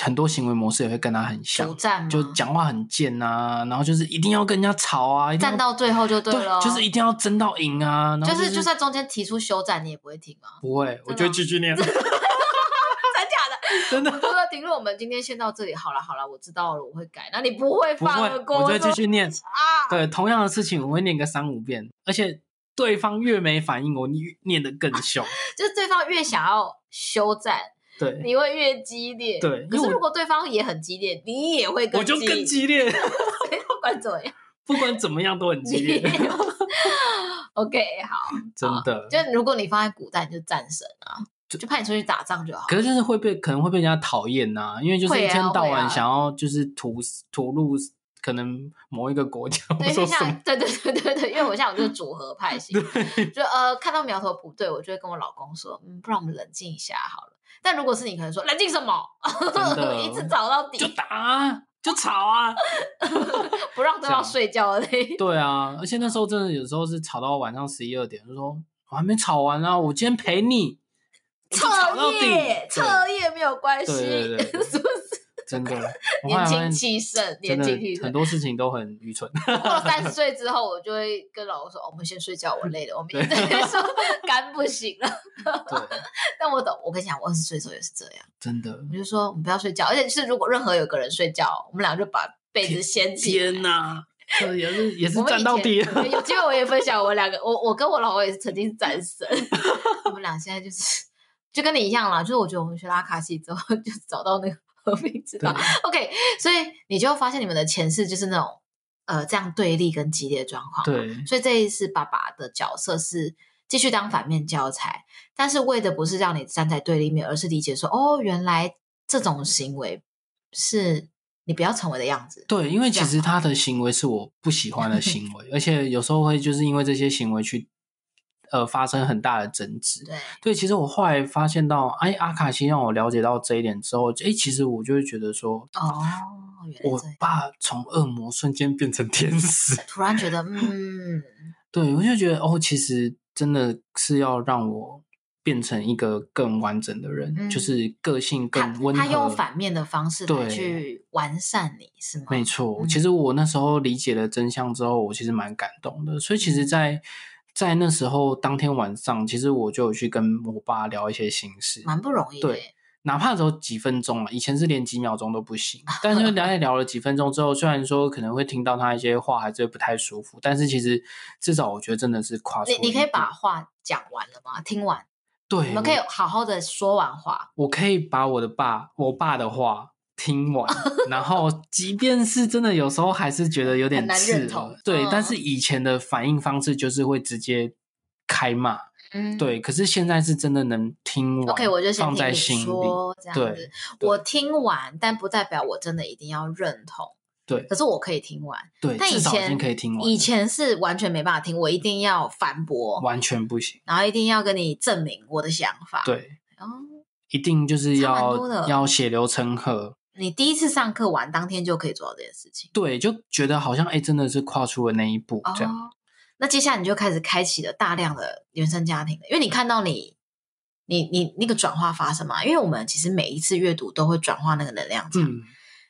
B: 很多行为模式也会跟他很
A: 主
B: 像，
A: 战嘛，
B: 就讲话很贱啊，然后就是一定要跟人家吵啊，一定要
A: 战到最后就对了，
B: 对，就是一定要争到赢啊，然后
A: 就是是就算中间提出休战，你也不会停啊，
B: 不会，我
A: 真的
B: 就
A: 吗
B: 继续念，
A: 真假的？
B: 真的。
A: 不过停论，我们今天先到这里，好了好了，我知道了，我会改。那你不会
B: 不
A: 放
B: 会
A: 了，过
B: 我就会
A: 说
B: 继续念。
A: 啊？
B: 对，同样的事情我会念个三五遍，而且对方越没反应，我念念得更凶。
A: 就是对方越想要休战，
B: 对，
A: 你会越激烈。
B: 对
A: 可
B: 因为
A: 是
B: 我
A: 如果对方也很激烈，你也会更
B: 我就更激烈，
A: 所以不管怎么样，
B: 不管怎么样都 很激
A: 你哦
B: 烈，
A: OK 好。
B: 真的。
A: 就如果你放在古代，你就战神啊，就派你出去打仗就好。
B: 可是就是会被可能会被人家讨厌呐，因为就是
A: 会
B: 一
A: 啊
B: 天到
A: 会啊
B: 晚想要就是吐吐露可能某一个国家，我
A: 对，
B: 说
A: 就
B: 什
A: 像
B: 么？
A: 对对对对对，因为我像我就是组合派型，就呃看到苗头不对，我就会跟我老公说，嗯，不然我们冷静一下好了。但如果是你，可能说冷静什么
B: 真，的
A: 一直找到底
B: 就，打啊，就 吵啊，
A: 不让对
B: 这
A: 方
B: 样
A: 睡觉的那一
B: 对啊。而且那时候真的有时候是吵到晚上十一二点，就说我还没吵完啊，我今天陪 你，我就吵到
A: 彻
B: 底
A: 夜，
B: 对
A: 彻夜没有关系，
B: 对对对对
A: 是不是？
B: 真的， 我后
A: 年
B: 来发
A: 轻
B: 现
A: 气盛，
B: 真
A: 年轻气
B: 的
A: 盛
B: 很。多事情都很愚蠢。
A: 过了三十岁之后，我就会跟老公说：“哦我们先睡觉，我累了，我们一直在说肝不行了。
B: 对，”
A: 但我懂，我跟你讲，我二十岁的时候也是这样，
B: 真的
A: 我。就说我们不要睡觉，而且是如果任何有个人睡觉，我们俩就把被子掀起来。
B: 天哪，这也是也是
A: 我们
B: 站到
A: 以
B: 底
A: 前有机会我也分享我两个，我我跟我老公也是曾经是战 神，我们俩现在就是就跟你一样啦，就是我觉得我们学拉卡西之后就 找到那个和平之道
B: 对。
A: OK，所以你就会发现你们的前世就是那种呃这样对立跟激烈的状况。
B: 对，
A: 所以这一次爸爸的角色是继续当反面教材，但是为的不是让你站在对立面，而是理解说，哦，原来这种行为是你不要成为的样子。
B: 对，因为
A: 这
B: 其
A: 样
B: 实他的行为是我不喜欢的行为，而且有时候会就是因为这些行为去呃发生很大的争执。
A: 对，
B: 对，其实我后来发现到，哎，阿卡西让我了解到这一点之后，哎，其实我就会觉得说，
A: 哦，原来
B: 我
A: 这样。
B: 爸从恶魔瞬间变成天使，
A: 突然觉得，嗯，
B: 对我就觉得哦，其实真的是要让我变成一个更完整的人，
A: 嗯
B: 就是个性
A: 他
B: 更温和。
A: 他用反面的方式来
B: 对
A: 去完善你，是吗？
B: 没错，
A: 嗯
B: 其实我那时候理解了真相之后，我其实蛮感动的。所以
A: 嗯
B: 其实在，在那时候当天晚上，其实我就有去跟我爸聊一些心事，
A: 蛮不容易的
B: 对
A: 耶。
B: 哪怕只有几分钟啊，以前是连几秒钟都 不行。但是聊一聊了几分钟之后，虽然说可能会听到他一些话，还是会不太舒服，但是其实至少我觉得真的是跨出
A: 你你可
B: 一
A: 以
B: 步
A: 把话讲完了吗？听完，
B: 对，
A: 你们可以好好的说完话。
B: 我可以把我的爸我爸的话听完，然 后即便是真的有时候还是觉得有点
A: 很难
B: 刺
A: 认
B: 耳
A: 同，
B: 对，
A: 嗯
B: 但是以前的反应方式就是会直接开骂，
A: 嗯，
B: 对，可是现在是真的能听完
A: OK，我就先
B: 放
A: 听
B: 在
A: 你
B: 心里，
A: 说这样
B: 对
A: 子。我听完，但不代表我真的一定要认同。
B: 对
A: 可是我可以听完，
B: 对，
A: 但以
B: 至少已
A: 前
B: 经可以听完了，
A: 以前是完全没办法听，我一定要反驳，
B: 完全不行，
A: 然后一定要跟你证明我的想法。，
B: 对，
A: 哦，
B: 一定就是
A: 差蛮多
B: 要
A: 的
B: 要血流成河，
A: 你第一次上课完当天就可以做到这件事情。
B: 对，就觉得好像哎、真的是跨出了那一步这样。
A: 哦，那接下来你就开始开启了大量的原生家庭了，因为你看到你。你你那个转化发生嘛？因为我们其实每一次阅读都会转化那个能量场，
B: 嗯，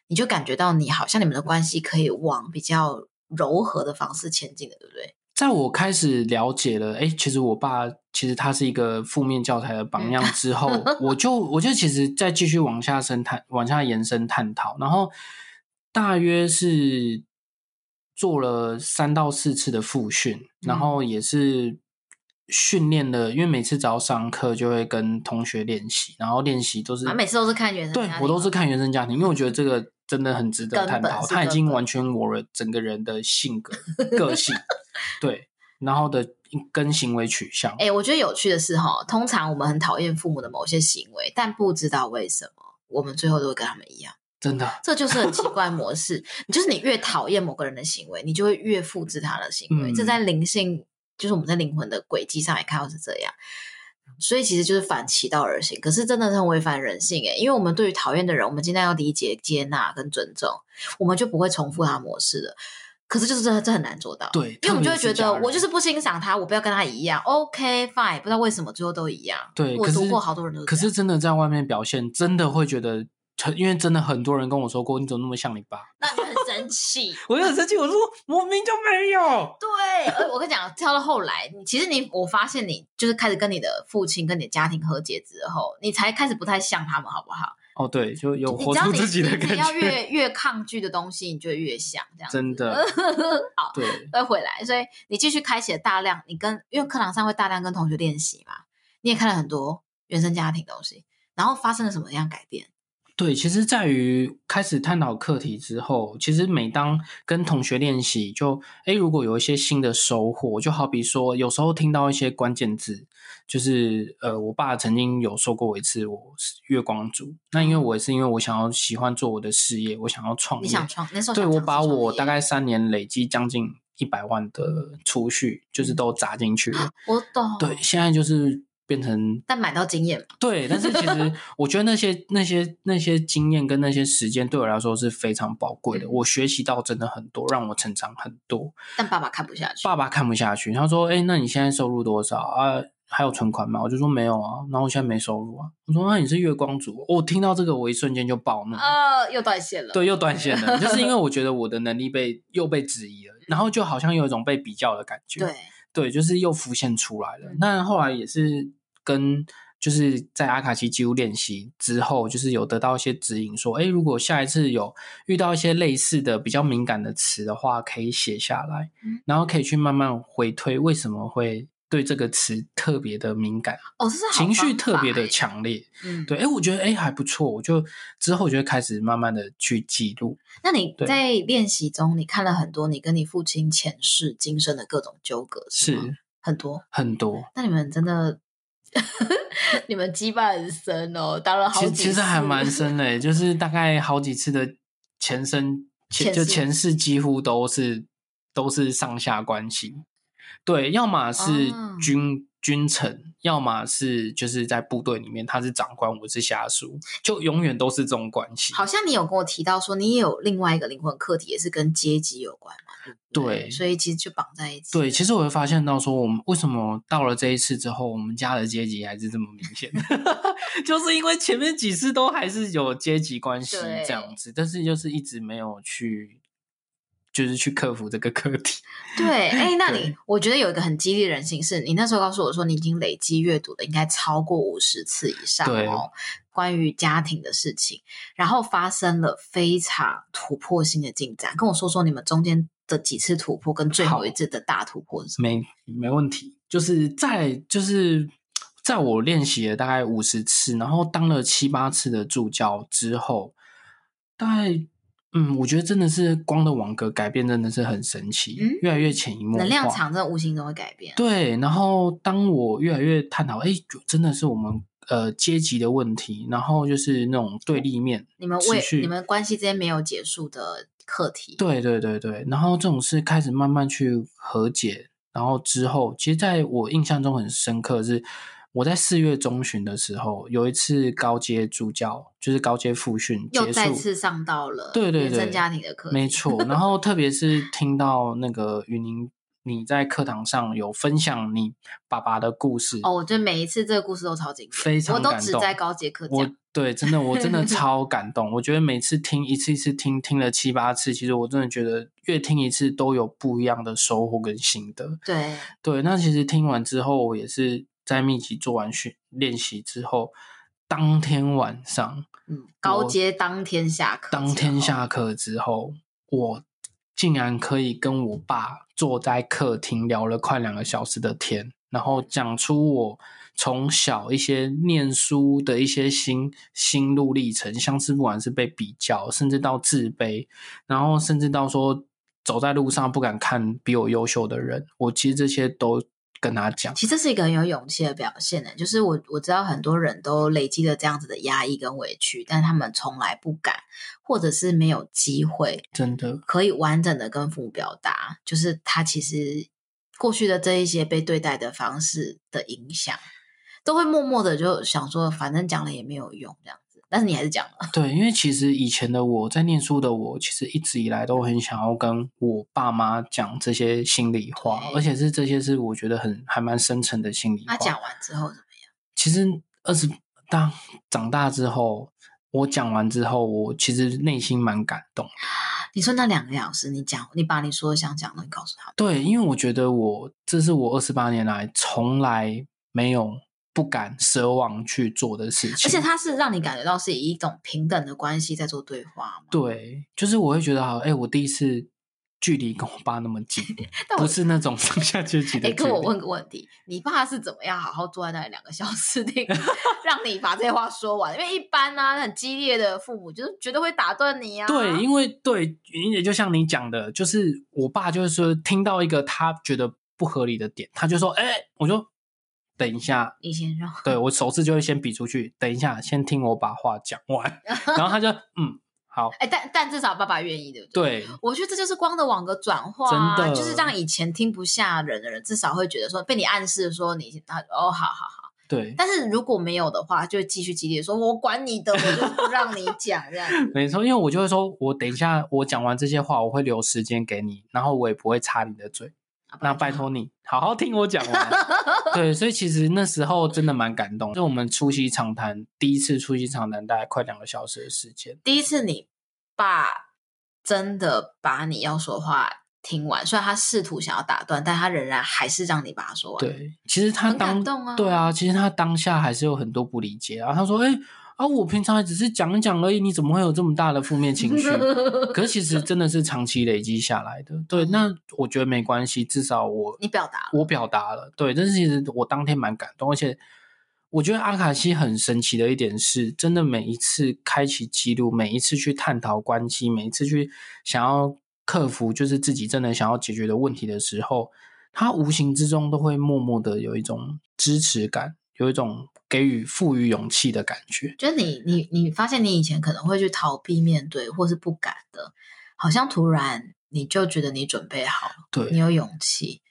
A: 你就感觉到你好像你们的关系可以往比较柔和的方式前进的，对不对？
B: 在我开始了解了，哎、其实我爸其实他是一个负面教材的榜样之后，我就我就其实再继续往下深探，往下延伸探讨，然后大约是做了三到四次的复训，然
A: 嗯
B: 后也是训练了，因为每次只要上课就会跟同学练习，然后练习都是
A: 啊，每次都是看原生
B: 对
A: 家庭哦
B: 我都是
A: 吗
B: 看原生家庭，因为我觉得这个真的很值得
A: 根
B: 探
A: 本
B: 讨。
A: 是
B: 它已
A: 根
B: 经
A: 本
B: 完全我了整个人的 性格、个性，对，然后的跟行为取向。
A: 哎、我觉得有趣的是哈，通常我们很讨厌父母的某些行为，但不知道为什么，我们最后都会跟他们一样。
B: 真的，
A: 这就是很奇怪的模式，就是你越讨厌某个人的行为，你就会越复制他的行为。
B: 嗯
A: 这在灵性，就是我们在灵魂的轨迹上也看到是这样。所以其实就是反其道而行，可是真的是很违反人性欸诶，因为我们对于讨厌的人，我们尽量要理解、接纳跟尊重，我们就不会重复他的模式了。可是就是这这很难做到，
B: 对
A: 因为我们就会
B: 特别
A: 觉
B: 是家
A: 得
B: 人
A: 我就是不欣赏他，我不要跟他一样。OK fine，不知道为什么最后都一样。
B: 对。
A: 我
B: 可
A: 读
B: 是
A: 过好多人都这
B: 可是
A: 样
B: 真的在外面表现，真的会觉得很，因为真的很多人跟我说过，你怎么那么像你爸？
A: 那你就很生气，
B: 我就很生气，我说我明明就没有。
A: 对，而我跟你讲，跳到后来，你其实你，我发现你就是开始跟你的父亲、跟你的家庭和解之后，你才开始不太像他们，好不好？
B: 哦，对，就有
A: 你
B: 活
A: 只要
B: 出
A: 你
B: 自己的
A: 你
B: 感
A: 只要
B: 觉，
A: 越越抗拒的东西，你就会越像这样。
B: 真的
A: 好，
B: 对
A: 再回来，所以你继续开启了大量，你跟因为课堂上会大量跟同学练习嘛，你也看了很多原生家庭的东西，然后发生了什么样改变？
B: 对，其实在于开始探讨课题之后，其实每当跟同学练习，就诶，如果有一些新的收获，就好比说，有时候听到一些关键字，就是呃，我爸曾经有说过我一次，我是月光族。那因为我也是因为我想要喜欢做我的事业，我想要创
A: 嗯
B: 业，
A: 你想创那时候
B: 对
A: 想
B: 我
A: 尝试
B: 把
A: 创
B: 我
A: 业嗯
B: 大概三年累积将近一百万的储蓄，就是都砸进去了。
A: 我懂，
B: 对，，现在就是变成
A: 但买到经验嘛，
B: 对，但是其实我觉得那些那些那些经验跟那些时间对我来说是非常宝贵的，
A: 嗯
B: 我学习到真的很多，让我成长很多。
A: 但爸爸看不下去，
B: 爸爸看不下去，他说：“哎、那你现在收入多少啊？还有存款吗？”我就说：“没有啊，然后我现在没收入啊。”我说：“那你是月光族？”哦我听到这个，我一瞬间就暴怒。
A: 呃，又断线了，
B: 对，又断线了，就是因为我觉得我的能力被又被质疑了，然后就好像有一种被比较的感觉。
A: 对。
B: 对，就是又浮现出来了
A: 嗯。
B: 那后来也是跟就是在阿卡西记录练习之后，就是有得到一些指引，说，哎，如果下一次有遇到一些类似的比较敏感的词的话，可以写下来
A: 嗯，
B: 然后可以去慢慢回推为什么会对这个词特别的敏感，
A: 哦，这是好
B: 情绪
A: 方
B: 特
A: 法
B: 别的
A: 欸，
B: 强烈。
A: 嗯，
B: 对，哎，我觉得哎还不错，我就之后就会开始慢慢的去记录。
A: 那你
B: 对
A: 在练习中，你看了很多你跟你父亲前世今生的各种纠葛，吗
B: 是
A: 很多。
B: 很多，
A: 那你们真的， 你们羁绊很深哦，当了好
B: 其实
A: 几
B: 其实还
A: 次
B: 蛮深的，欸就是大概好几次的前身前
A: 前
B: 就
A: 世
B: 前世几乎都是都是上下关系，对，要么是
A: 哦
B: 君、君臣，要么是就是在部队里面他是长官，我是下属，就永远都是这种关系。
A: 好像你有跟我提到说，你也有另外一个灵魂课题，也是跟阶级有关嘛？对不
B: 对
A: 所以其实就绑在一起。
B: 对，其实我会发现到说，我们为什么到了这一次之后，我们家的阶级还是这么明显， 就是因为前面几次都还是有阶级关系
A: 对
B: 这样子，但是就是一直没有去，就是去克服这个课题。
A: 对，哎，那你
B: 对
A: 我觉得有一个很激励人心，是你那时候告诉我说，你已经累积阅读的应该超过五十次以上
B: 对
A: 哦，关于家庭的事情，然后发生了非常突破性的进展。跟我说说你们中间的几次突破，跟最后一次的大突破是什么？
B: 没没问题，就是在就是在我练习了大概五十次，然后当了七八次的助教之后，大概嗯，我觉得真的是光的网格改变真的是很神奇，
A: 嗯
B: 越来越潜移默化，
A: 能量场真的无形中会改变。
B: 对，然后当我越来越探讨，哎，就真的是我们呃阶级的问题，然后就是那种对立面，
A: 你们
B: 持
A: 为
B: 续
A: 你们关系之间没有结束的课题。
B: 对对对对，然后这种事开始慢慢去和解，然后之后，其实在我印象中很深刻的是，我在四月中旬的时候，有一次高阶助教，就是高阶复训结
A: 又
B: 束，
A: 再次上到了
B: 对对
A: 原
B: 对，
A: 生家庭的课题，
B: 没错。然后特别是听到那个云林，你在课堂上有分享你爸爸的故事，
A: 哦，我觉得每一次这个故事都超经典，
B: 非常
A: 我都
B: 感
A: 只
B: 动
A: 在高阶课
B: 我
A: 讲。
B: 对，真的，我真的超感动。我觉得每次听一次一次听，听了七八次，其实我真的觉得越听一次都有不一样的收获跟心得。
A: 对，
B: 对，那其实听完之后，我也是在密集做完训练习之后，当天晚上，
A: 嗯，高阶当天下课，
B: 当天，下课之后，我竟然可以跟我爸坐在客厅聊了快两个小时的天，然后讲出我从小一些念书的一些心心路历程，像是不管是被比较，甚至到自卑，然后甚至到说走在路上不敢看比我优秀的人，我其实这些都跟他讲。
A: 其实这是一个很有勇气的表现呢。就是我我知道很多人都累积了这样子的压抑跟委屈，但他们从来不敢，或者是没有机会
B: 真的，
A: 可以完整的跟父母表达，就是他其实过去的这一些被对待的方式的影响，都会默默的就想说，反正讲了也没有用这样子，但是你还是讲了，
B: 对，因为其实以前的我在念书的我，其实一直以来都很想要跟我爸妈讲这些心里话，
A: 对
B: 而且是这些是我觉得很还蛮深沉的心里话。
A: 他讲完之后怎么样？
B: 其实二十当长大之后，我讲完之后，我其实内心蛮感动。
A: 你说那两个小时，你讲，你把你说想讲的东西告诉他们，
B: 对，因为我觉得我这是我二十八年来从来没有不敢奢望去做的事情，
A: 而且他是让你感觉到是以一种平等的关系在做对话嘛。
B: 对，就是我会觉得好，哎、我第一次距离跟我爸那么近
A: 但，我
B: 不是那种上下阶级的
A: 哎，
B: 距
A: 跟
B: 离。
A: 我问个问题，你爸是怎么样好好坐在那里两个小时 听，让你把这些话说完？因为一般呢、很激烈的父母就是绝对会打断你啊。
B: 对，因为对，也就像你讲的，就是我爸就是说听到一个他觉得不合理的点，他就说：“哎、我就等一下。”
A: 你先让，
B: 对我手势就会先比出去，等一下，先听我把话讲 完，然后他就嗯好，
A: 哎，但但至少爸爸愿意，对不对？
B: 对
A: 我觉得这就是光的网格转化、啊，
B: 真的
A: 就是让以前听不下人的人，至少会觉得说被你暗示说你他哦，好好好。
B: 对，
A: 但是如果没有的话，就会继续激烈说，我管你的，我就不让你讲这样子。
B: 没错，因为我就会说，我等一下我讲完这些话，我会留时间给你，然后我也不会插你的嘴。
A: 啊
B: 那拜，托你好好听我讲 完。对，所以其实那时候真的蛮感动，就我们出席长谈，第一次出席长谈大概快两个小时的时间。
A: 第一次你爸真的把你要说的话听完，虽然他试图想要打断，但他仍然还是让你把它说完。，
B: 对，其实他
A: 很感
B: 当
A: 动啊
B: 对啊，其实他当下还是有很多不理解啊。他说：“哎、啊，我平常也只是讲一讲而已，你怎么会有这么大的负 面情绪？可是其实真的是长期累积下来的。对，那我觉得没关系，至少我
A: 嗯你表达了，
B: 我表达了，对。但是其实我当天蛮感动，而且我觉得阿卡西很神奇的一点是，真的每一次开启记录，每一次去探讨关系，每一次去想要克服，就是自己真的想要解决的问题的时候，他无形之中都会默默的有一种支持感，有一种给予赋予勇气的感觉。
A: 就是你你你发现你以前可能会去逃避面对，或是不敢的，好像突然你就觉得你准备好了，你
B: 对，
A: 有勇气，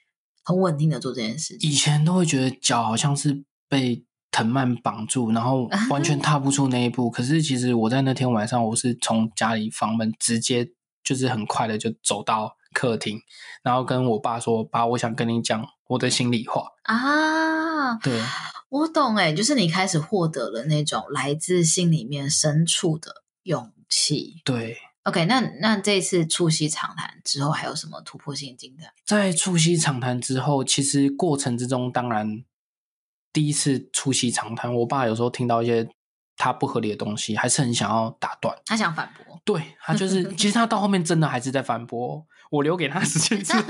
A: 很稳定的做这件事
B: 以
A: 情。
B: 前都会觉得脚好像是被。藤蔓绑住，然后完全踏不出那一步。可是其实我在那天晚上，我是从家里房门直接就是很快的就走到客厅，然后跟我爸说：“爸，我想跟你讲我的心里话。
A: 啊，”
B: 对，
A: 我懂哎、就是你开始获得了那种来自心里面深处的勇气。
B: 对，
A: OK，那那这次促膝长谈之后，还有什么突破性进展？
B: 在促膝长谈之后，其实过程之中，当然第一次促膝长谈，我爸有时候听到一些他不合理的东西，还是很想要打断。
A: 他想反驳，
B: 对他就是，其实他到后面真的还是在反驳。哦我留给他时 间之后，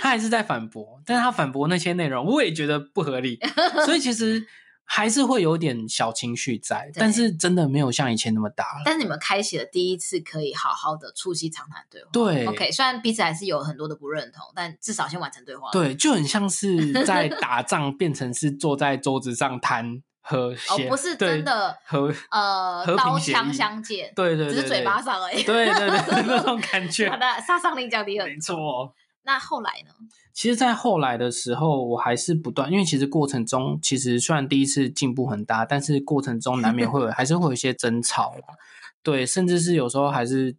B: 他还是在反驳，但是他反驳那些内容，我也觉得不 合理，所以其实还是会有点小情绪在，但是真的没有像以前那么大了。
A: 但是你们开启了第一次可以好好的促膝长谈对话。
B: 对
A: OK，虽然彼此还是有很多的不认同，但至少先完成对话。
B: 对，就很像是在打仗，变成是坐在桌子上谈和
A: 哦
B: 谐，，
A: 不是
B: 对
A: 真的，
B: 和，
A: 呃，
B: 和平
A: 刀
B: 协
A: 枪
B: 议
A: 相见，
B: 对对
A: 只
B: 对，
A: 是
B: 对
A: 嘴巴，上而 已。
B: 对对对，那种 感觉
A: 好，的，杀伤力降低
B: 没
A: 很多。
B: 错。哦
A: 那后来呢？
B: 其实，在后来的时候，我还是不断，因为其实过程中，其实虽然第一次进步很大，但是过程中难免会有，还是会有一些争吵啦。对，甚至是有时候还是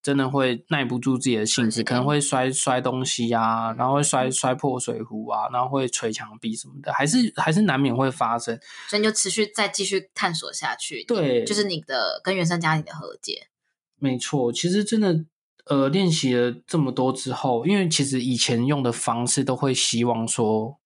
B: 真的会耐不住自己的性子，可能会摔摔东西啊，然后会摔摔破水壶啊，然后会捶墙壁什么的，还是还是难免会发生。
A: 所以你就持续再继续探索下去，
B: 对，
A: 就是你的跟原生家庭的和解。
B: 没错，其实真的，呃，练习了这么多之后，因为其实以前用的方式都会希望说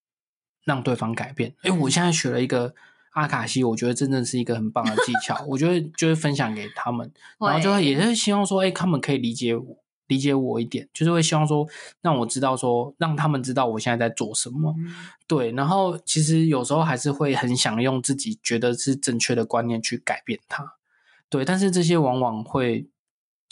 B: 让对方改变。哎，我现在学了一个阿卡西，我觉得真的是一个很棒的技巧，我就会就会分享给他们，然后就会也是希望说，哎，他们可以理解我。理解我一点，就是会希望说，让我知道说，让他们知道我现在在做什么。
A: 嗯
B: 对，然后其实有时候还是会很想用自己觉得是正确的观念去改变它，对，但是这些往往会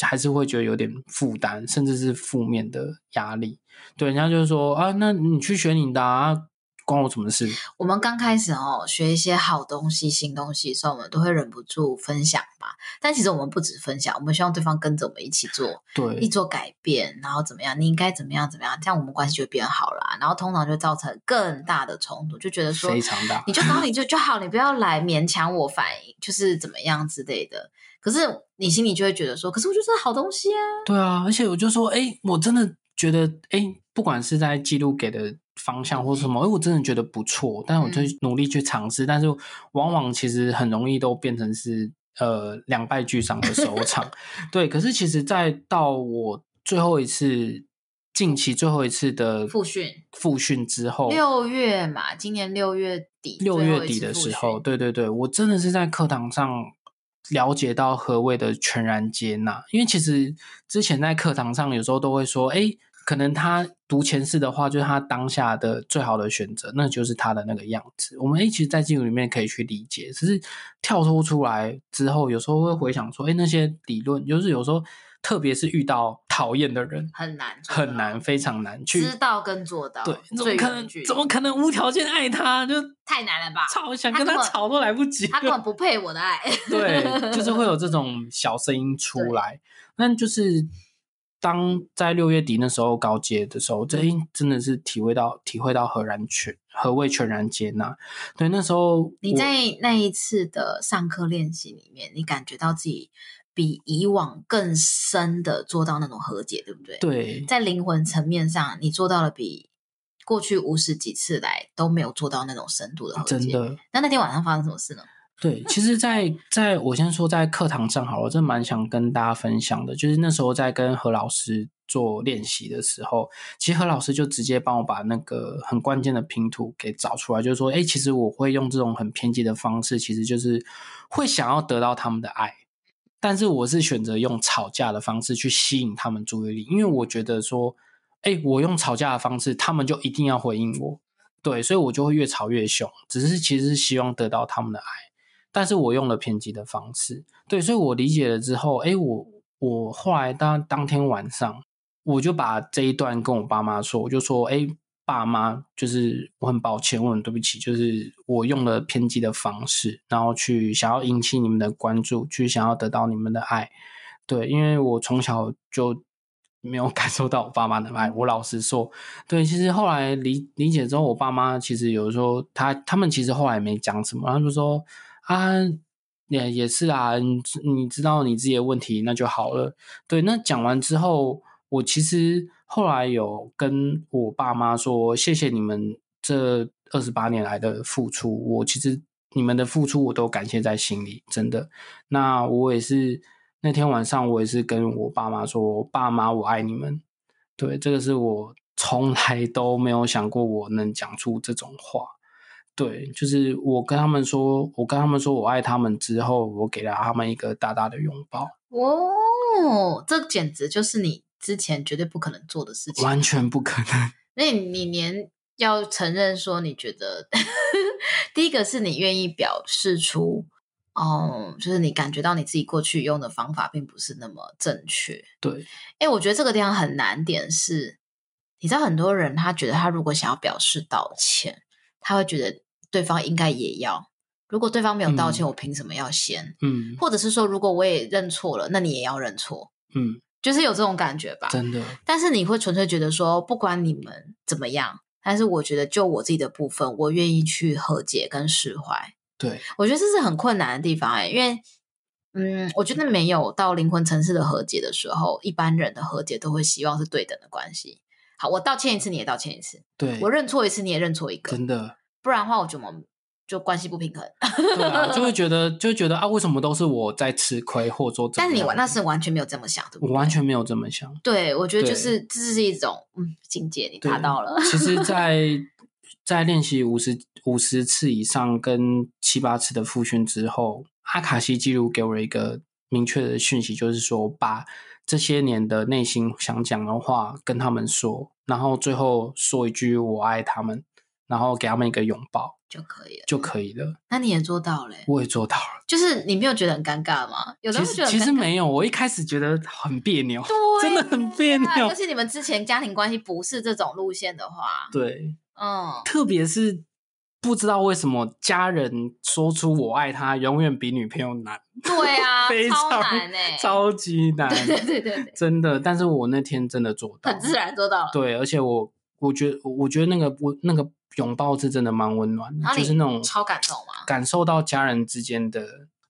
B: 还是会觉得有点负担，甚至是负面的压力。对，人家就是说啊，那你去学你的啊，关我什么事？
A: 我们刚开始哦，学一些好东西、新东西的时候，我们都会忍不住分享吧。但其实我们不止分享，我们希望对方跟着我们一起做，一
B: 对，
A: 做改变，然后怎么样？你应该怎么样？怎么样？这样我们关系就会变好啦。然后通常就造成更大的冲突，就觉得说
B: 非常大
A: 你。就搞你就就好，你不要来勉强我反应，就是怎么样之类的。可是你心里就会觉得说，可是我就是好东西啊，
B: 对啊，而且我就说，哎，我真的觉得，哎，不管是在记录给的方向或什么，哎，我真的觉得不错，但我就
A: 嗯
B: 努力去尝试，但是往往其实很容易都变成是呃两败 俱伤的收场。对，可是其实，在到我最后一次近期最后一次的
A: 复训
B: 复训之后，
A: 六月嘛，今年六月底，
B: 哦六
A: 最
B: 月
A: 后一
B: 底
A: 次复
B: 的时
A: 训
B: 候，对对对，我真的是在课堂上了解到何谓的全然接纳，因为其实之前在课堂上有时候都会说，哎，可能他读前世的话，就是他当下的最好的选择，那就是他的那个样子。我们一直在记录里面可以去理解，只是跳脱出来之后，有时候会回想说，哎，那些理论，就是有时候特别是遇到讨厌的人，
A: 很难做
B: 很
A: 到
B: 难，非常难去。
A: 知道跟做到，
B: 对，怎么
A: 最
B: 可
A: 远的
B: 能
A: 距？离
B: 怎么可能无条件爱他？就
A: 太难了吧？
B: 吵，想
A: 他
B: 跟
A: 根
B: 他
A: 本
B: 吵都来不及。
A: 他根本不配我的 爱。
B: 对，就是会有 这种小声音出来。那就是当在六月底那时候高阶的时候，
A: 嗯
B: 这真的是体会到体会到何然全何谓全然接纳。对，那时候
A: 你
B: 我
A: 在那一次的上课练习里面，你感觉到自己比以往更深的做到那种和解，对不对？
B: 对
A: 在灵魂层面上，你做到了比过去五十几次来都没有做到那种深度的和解。
B: 真的
A: 那那天晚上发生什么事呢？
B: 对，其实在，在我先说在课堂上好了，我真的蛮想跟大家分享的，就是那时候在跟何老师做练习的时候，其实何老师就直接帮我把那个很关键的拼图给找出来，就是说，哎，其实我会用这种很偏激的方式，其实就是会想要得到他们的爱，但是我是选择用吵架的方式去吸引他们注意力，因为我觉得说，哎，我用吵架的方式，他们就一定要回应我，对，所以我就会越吵越凶，只是其实是希望得到他们的爱，但是我用了偏激的方式，对，所以我理解了之后，哎，我。我后来当当天晚上，我就把这一段跟我爸妈说，我就说：“哎、欸，爸妈，就是我很抱歉，我很对不起，就是我用了偏激的方式，然后去想要引起你们的关注，去想要得到你们的爱。对，因为我从小就没有 感受到我爸妈的爱。我老实说，对，其实后来理理解之后，我爸妈其实有时候他他们其实后来没讲什么，他就说啊。”也也是啊，你你知道你自己的问题，那就好了。对，那讲完之后，我其实后来有跟我爸妈说，谢谢你们这二十八年来的付出，我其实你们的付出我都感谢在心里，真的。那我也是那天晚上，我也是跟我爸妈说，爸妈我爱你们。对，这个是我从来都没有想过我能讲出这种话。对，就是我跟他们说，我跟他们说我爱他们之后，我给了他们一个大大的拥抱。
A: 哦，这简直就是你之前绝对不可能做的事情，
B: 完全不可能。
A: 那你连要承认说，你觉得 第一个是你愿意表示出，哦、嗯，就是你感觉到你自己过去用的方法并不是那么正确。
B: 对，
A: 哎，我觉得这个地方很难点是，你知道很多人他觉得他如果想要表示道歉，他会觉得。对方应该也要，如果对方没有道歉，嗯、我凭什么要先？
B: 嗯，
A: 或者是说，如果我也认错了，那你也要认错。
B: 嗯，
A: 就是有这种感觉吧。
B: 真的。
A: 但是你会纯粹觉得说，不管你们怎么样，但是我觉得就我自己的部分，我愿意去和解跟释怀。
B: 对，
A: 我觉得这是很困难的地方哎、欸，因为，嗯，我觉得没有到灵魂层次的和解的时候，一般人的和解都会希望是对等的关系。好，我道歉一次，你也道歉一次；
B: 对
A: 我认错一次，你也认错一个。
B: 真的。
A: 不然的话，我觉得我们就关系不平衡，
B: 对啊，就会觉得就觉得啊，为什么都是我在吃亏，或者说……
A: 但是你那是完全没有这么想，对不对？
B: 我完全没有这么想。
A: 对，我觉得就是这是一种嗯境界，你达到了。
B: 其 实在，在在练习五十五十次以上跟七八次的复训之后，阿卡西记录给我一个明确的讯息，就是说把这些年的内心想讲的话跟他们说，然后最后说一句“我爱他们”。然后给他们一个拥抱
A: 就可以了，
B: 就可以了。
A: 那你也做到了、欸，
B: 我也做到了。
A: 就是你没有觉得很尴尬吗？有的
B: 其实其实没有，我一开始觉得很别扭，
A: 对，
B: 真的很别扭。
A: 尤其你们之前家庭关系不是这种路线的话，
B: 对，
A: 嗯，
B: 特别是不知道为什么家人说出“我爱他”永远比女朋友难。
A: 对啊，
B: 非常
A: 难哎、欸，
B: 超级难。
A: 对,对对对对，
B: 真的。但是我那天真的做到，
A: 很自然做到了。
B: 对，而且我我觉得我觉得那个我那个。拥抱是真的蛮温暖的，就是那种
A: 超感动啊嘛，
B: 感受到家人之间的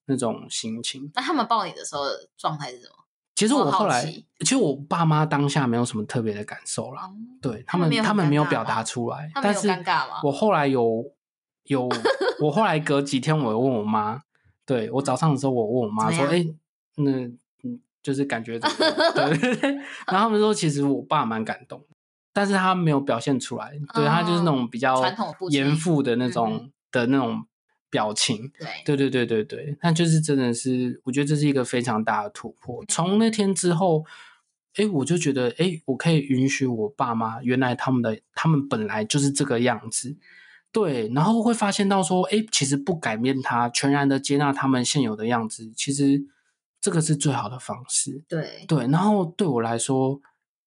B: 那种心情。
A: 那他们抱你的时候状态是什么？
B: 其实我后来，其实我爸妈当下没有什么特别的感受啦，嗯、对他们他们没有表达出来，但是
A: 尴尬吗？
B: 我后来有 有，我后来隔几天我又问我妈，对我早上的时候我问我妈说，哎，那、欸、嗯，就是感觉怎么 樣？对 对对，然后他们说其实我爸蛮感动的。但是他没有表现出来，对、嗯、他就是那种比较
A: 哦传统嗯
B: 严父的那种的那种表情，
A: 对
B: 对对对对对，那就是真的是，我觉得这是一个非常大的突破。从那天之后，哎、欸，我就觉得，哎、欸，我可以允许我爸妈，原来他们的他们本来就是这个样子，对，然后会发现到说，哎、欸，其实不改变他，全然的接纳他们现有的样子，其实这个是最好的方式，
A: 对
B: 对。然后对我来说。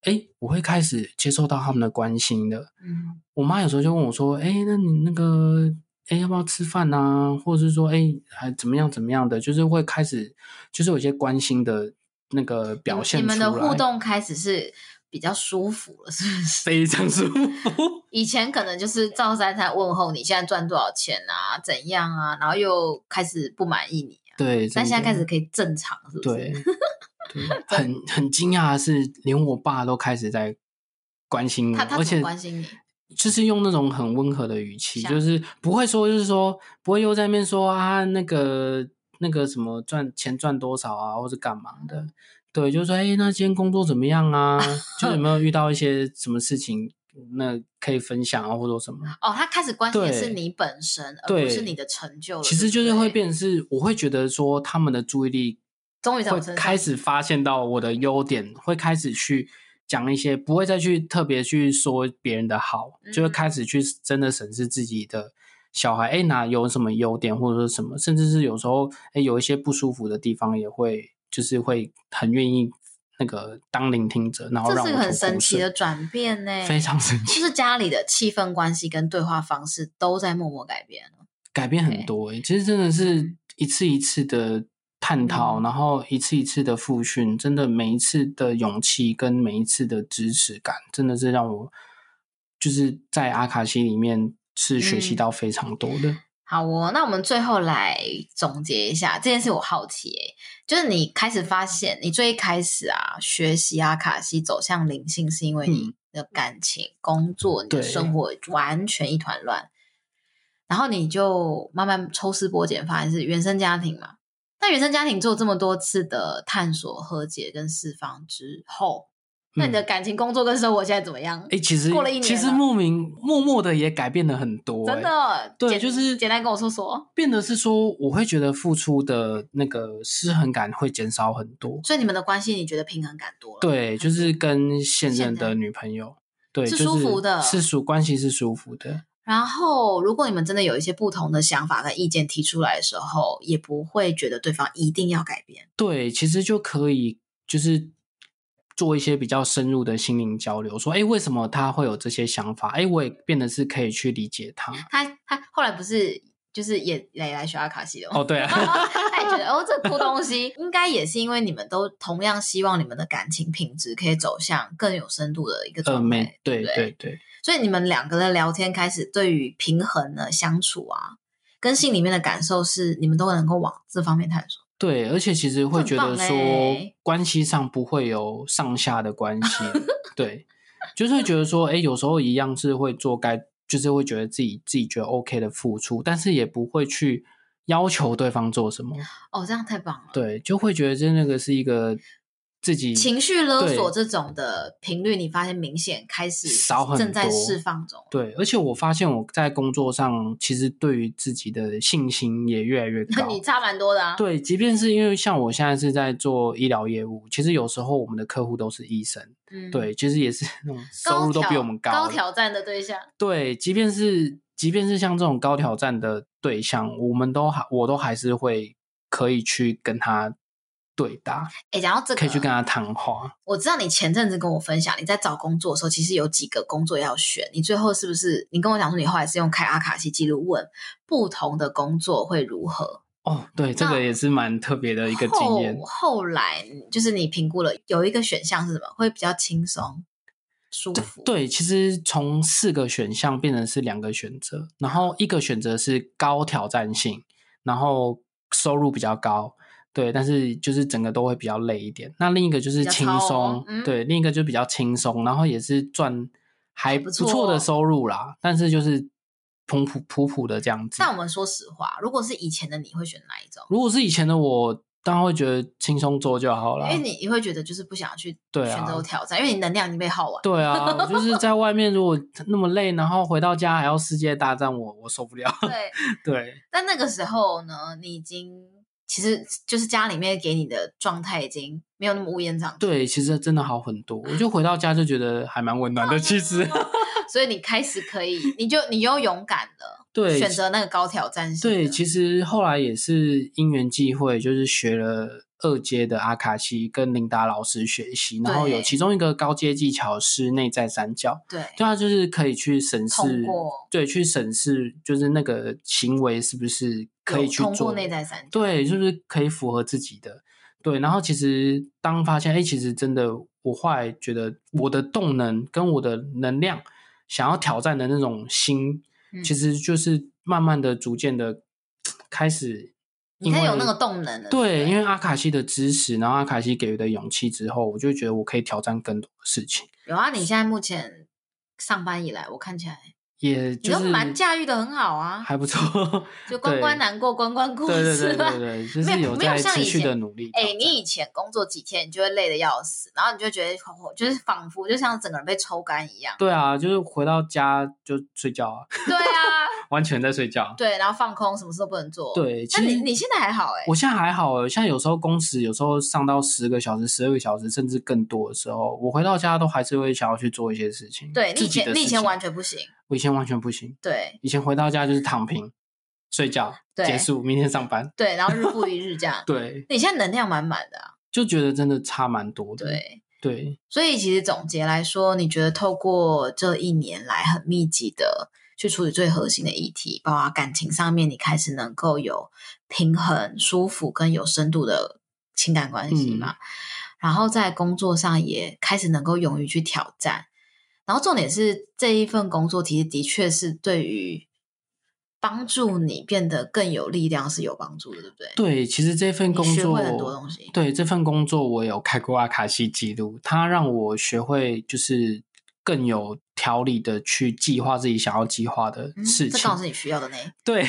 B: 哎，我会开始接受到他们的关心的。
A: 嗯，
B: 我妈有时候就问我说：“哎，那你那个，哎，要不要吃饭啊？或者是说，哎，还怎么样怎么样的？”就是会开始，就是有些关心的那个表
A: 嗯
B: 现
A: 你们的互动开始是比较舒服了，是不是？
B: 非常舒服。
A: 以前可能就是赵三餐问候你现在赚多少钱啊，怎样啊，然后又开始不满意你、啊。
B: 对，
A: 但现在开始可以正常，是 不是？
B: 对。对很很惊讶的是，连我爸都开始在关心我，
A: 他他
B: 而且
A: 关心你，
B: 就是用那种很温和的语气，就是不会说，就是说不会又在那边说啊，那个那个什么赚钱赚多少啊，或是干嘛的。对，就是说，哎、那今天工作怎么样啊？就有没有遇到一些什么事情，那可以分享啊，或者什么？
A: 哦，他开始关心的是
B: 对
A: 你本身，而
B: 对
A: 不是你的成就了。
B: 其实就是
A: 对不对
B: 会变，是我会觉得说他们的注意力
A: 终于在我
B: 会
A: 身上
B: 开始发现到我的优点，会开始去讲一些，不会再去特别去说别人的好，就会
A: 嗯
B: 开始去真的审视自己的小孩，哎，哪有什么优点或者说什么，甚至是有时候哎有一些不舒服的地方，也会就是会很愿意那个当聆听者，然后
A: 这
B: 让
A: 是
B: 我
A: 一个很
B: 吐
A: 神
B: 苦
A: 奇
B: 水
A: 的转变呢，
B: 非常神奇，
A: 就是家里的气氛关系跟对话方式都在默默改变了。
B: 改变很
A: 对
B: 多、欸。其实真的是一次一次的探讨，
A: 嗯
B: 然后一次一次的复训，真的每一次的勇气跟每一次的支持感，真的是让我就是在阿卡西里面是学习
A: 嗯
B: 到非常多的。
A: 好哦，那我们最后来总结一下这件事。我好奇、欸，就是你开始发现，你最一开始啊，学习阿卡西走向灵性，是因为你
B: 嗯
A: 的感情、工作、你的
B: 对
A: 生活完全一团乱，然后你就慢慢抽丝剥茧，发现是原生家庭嘛。那原生家庭做这么多次的探索、和解跟释放之后，那你的
B: 嗯
A: 感情、工作跟生活现在怎么样？
B: 哎、其实
A: 过了一年
B: 其实
A: 了
B: 莫名默默的也改变了很多、
A: 真
B: 欸。
A: 的，哦
B: 对，
A: 简
B: 就是
A: 简单跟我说说。
B: 变得是说，我会觉得付出的那个失衡感会减少很多。
A: 所以你们的关系，你觉得平衡感多了？
B: 对，就是跟现
A: 嗯现
B: 任的
A: 任
B: 女朋友，对，
A: 是
B: 就
A: 舒服的
B: 是舒关系是舒服的，
A: 然后，如果你们真的有一些不同的想法跟意见提出来的时候，也不会觉得对方一定要改变。
B: 对，其实就可以就是做一些比较深入的心灵交流，说，哎，为什么他会有这些想法？哎，我也变得是可以去理解他。
A: 他他后来不是就是也也来学阿卡西了吗？
B: 哦，对啊，
A: 他也觉得哦，这破东西应该也是因为你们都同样希望你们的感情品质可以走向更有深度的一个
B: 呃，
A: 状态，
B: 没，对
A: 不哦对
B: 对对，
A: 所以你们两个人聊天开始，对于平衡的相处啊，跟性里面的感受是你们都能够往这方面探索。
B: 对，而且其实会
A: 很
B: 觉得
A: 棒
B: 说
A: 欸，
B: 关系上不会有上下的关系，对，就是会觉得说，哎，有时候一样是会做该，就是会觉得自己自己觉得 OK 的付出，但是也不会去要求对方做 什么，
A: 哦，这样太棒了。
B: 对，就会觉得真那个是一个自己
A: 情绪勒
B: 对
A: 索这种的频率，你发现明显开始
B: 少很
A: 正在
B: 多
A: 释放中。
B: 对，而且我发现我在工作上，其实对于自己的信心也越来越 高。
A: 你差蛮多的啊。，
B: 对，即便是因为像我现在是在做医疗业务，其实有时候我们的客户都是医生，
A: 嗯，
B: 对，其实也是那种
A: 高
B: 收入都比
A: 挑
B: 我们
A: 高
B: 的
A: 挑战的对象。
B: 对，即便是即便是像这种高挑战的对象，我们都还我都还是会可以去跟他对答，
A: 哎，讲到这个，
B: 可以去跟他谈话。
A: 我知道你前阵子跟我分享，你在找工作的时候，其实有几个工作要选，你最后是不是？你跟我讲说，你后来是用开阿卡西记录问不同的工作会如何？
B: 哦，对，这
A: 那
B: 个也是蛮特别的一个经验
A: 后。后来就是你评估了，有一个选项是什么？会比较轻松、舒服。
B: 对，其实从四个选项变成是两个选择，然后一个选择是高挑战性，然后收入比较高，对，但是就是整个都会比较累一点。那另一个就是
A: 比较
B: 轻
A: 超
B: 松，
A: 哦嗯
B: 对，另一个就比较轻松，然后也是赚还
A: 不
B: 不
A: 错
B: 错
A: 哦
B: 的收入啦，但是就是普普普普的这样子。
A: 但我们说实话，如果是以前的你会选哪一种？
B: 如果是以前的我，当然会觉得轻松做就好了
A: 因为。你你会觉得就是不想去
B: 对啊
A: 选择挑战，因为你能量已经被耗完。
B: 对啊，我就是在外面如果那么累，然后回到家还要世界大战我，我受不了。
A: 对，
B: 对，
A: 但那个时候呢，你已经其实就是家里面给你的状态已经没有那么乌烟瘴气，
B: 对，其实真的好很多。我就回到家就觉得还蛮温暖的。其实，
A: 所以你开始可以，你就你就勇敢的
B: 对
A: 选择那个高挑战性的。
B: 对，其实后来也是因缘际会，就是学了二阶的阿卡西，跟琳达老师学习，然后有
A: 对
B: 其中一个高阶技巧是内在三角，
A: 对
B: 对啊，就是可以去审
A: 通
B: 视
A: 过，
B: 对，去审视就是那个行为是不是可以
A: 有
B: 去
A: 通
B: 做
A: 过内在三角。
B: 对，就是可以符合自己的。对，然后其实当发现，哎，其实真的，我后来觉得我的动能跟我的能量，想要挑战的那种心，
A: 嗯
B: 其实就是慢慢的、逐渐的开始，
A: 你
B: 因
A: 看
B: 为
A: 有那个动能了。
B: 对，因
A: 为
B: 为阿卡西的支持，然后阿卡西给予的勇气之后，我就觉得我可以挑战更多的事情。
A: 有啊，你现在目前上班以来，我看起来
B: 也
A: 你
B: 就
A: 都
B: 是
A: 蛮驾驭的很好啊，
B: 还不错。
A: 就关关
B: 对
A: 难过关关过，
B: 对对
A: 是
B: 对
A: 吧
B: 对对，就
A: 没有
B: 是
A: 没有
B: 在
A: 像
B: 持
A: 以
B: 续
A: 前
B: 的努力。。
A: 哎、你以前工作几天，你就会累得要死，然后你就觉得就是仿佛就像整个人被抽干一样
B: 对啊，就是回到家就睡觉啊，
A: 对啊，
B: 完全在睡 觉。
A: 对，然后放空，什么事都不能做。，
B: 对，其
A: 那你
B: 实
A: 你现在还好哎、
B: 我现在还好欸，现在有时候工时有时候上到十个小时、十二个小时，甚至更多的时候，我回到家都还是会想要去做一些事情。
A: 对你
B: 自
A: 以
B: 己的
A: 前你以
B: 事
A: 前
B: 情
A: 完全不行，
B: 我以前完全不行，
A: 对
B: 以前回到家就是躺平、睡觉、
A: 对
B: 结束，明天上班。。
A: 对，然后日复一日这样
B: 对，
A: 你现在能量满满的、啊，
B: 就觉得真的差蛮多的。
A: 对。
B: 对
A: 所以其实总结来说，你觉得透过这一年来很密集的去处理最核心的议题，包括感情上面，你开始能够有平衡、舒服跟有深度的情感关系嘛？
B: 嗯
A: 然后在工作上也开始能够勇于去挑战。然后重点是这一份工作，其实的确是对于帮助你变得更有力量是有帮助的，对不对？
B: 对，其实这份
A: 你
B: 工
A: 学
B: 作
A: 会很多东西。
B: 对这份工作，我有开过阿卡西记录，它让我学会就是更有条理的去计划自己想要计划的
A: 嗯
B: 事
A: 这
B: 情。
A: 刚好是你需要的呢。
B: 对，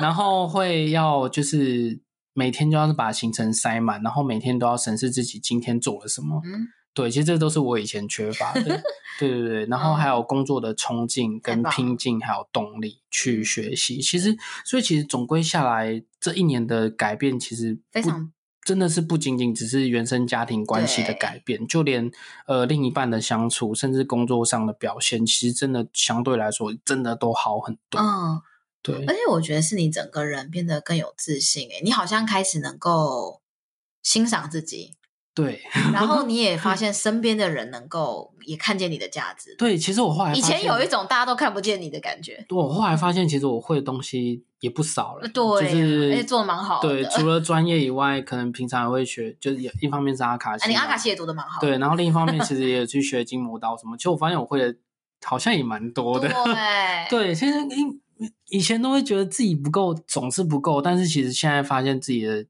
B: 然后会要就是每天就要是把行程塞满，然后每天都要审视自己今天做了什么。
A: 嗯，
B: 对，其实这都是我以前缺乏 的。对对对，然后还有工作的冲劲、
A: 嗯太
B: 跟
A: 棒了嗯
B: 拼劲，还有动力去学习。其实，所以其实总归下来，这一年的改变其实
A: 非
B: 不
A: 常
B: 真的是不仅仅只是原生家庭关系的
A: 对
B: 改变，就连呃另一半的相处，甚至工作上的表现，其实真的相对来说真的都好很多。
A: 嗯，
B: 对
A: 而且我觉得是你整个人变得更有自信、欸，你好像开始能够欣赏自己，
B: 对
A: 然后你也发现身边的人能够也看见你的价值。，
B: 对，其实我后来
A: 以
B: 发
A: 前
B: 现
A: 有一种大家都看不见你的感觉，
B: 我后来发现，其实我会的东西也不少了，
A: 对啊，
B: 就是
A: 而且做的蛮好的。
B: 对，除了专业以外，可能平常也会学，就是也一方面是阿卡西
A: 啊，
B: 嘛，
A: 你阿卡西也读的蛮好的。
B: 对，然后另一方面其实也有去学筋膜刀什么。其实我发现我会的好像也蛮多的，
A: 对
B: 对，现在因以前都会觉得自己不够，总是不够，但是其实现在发现自己的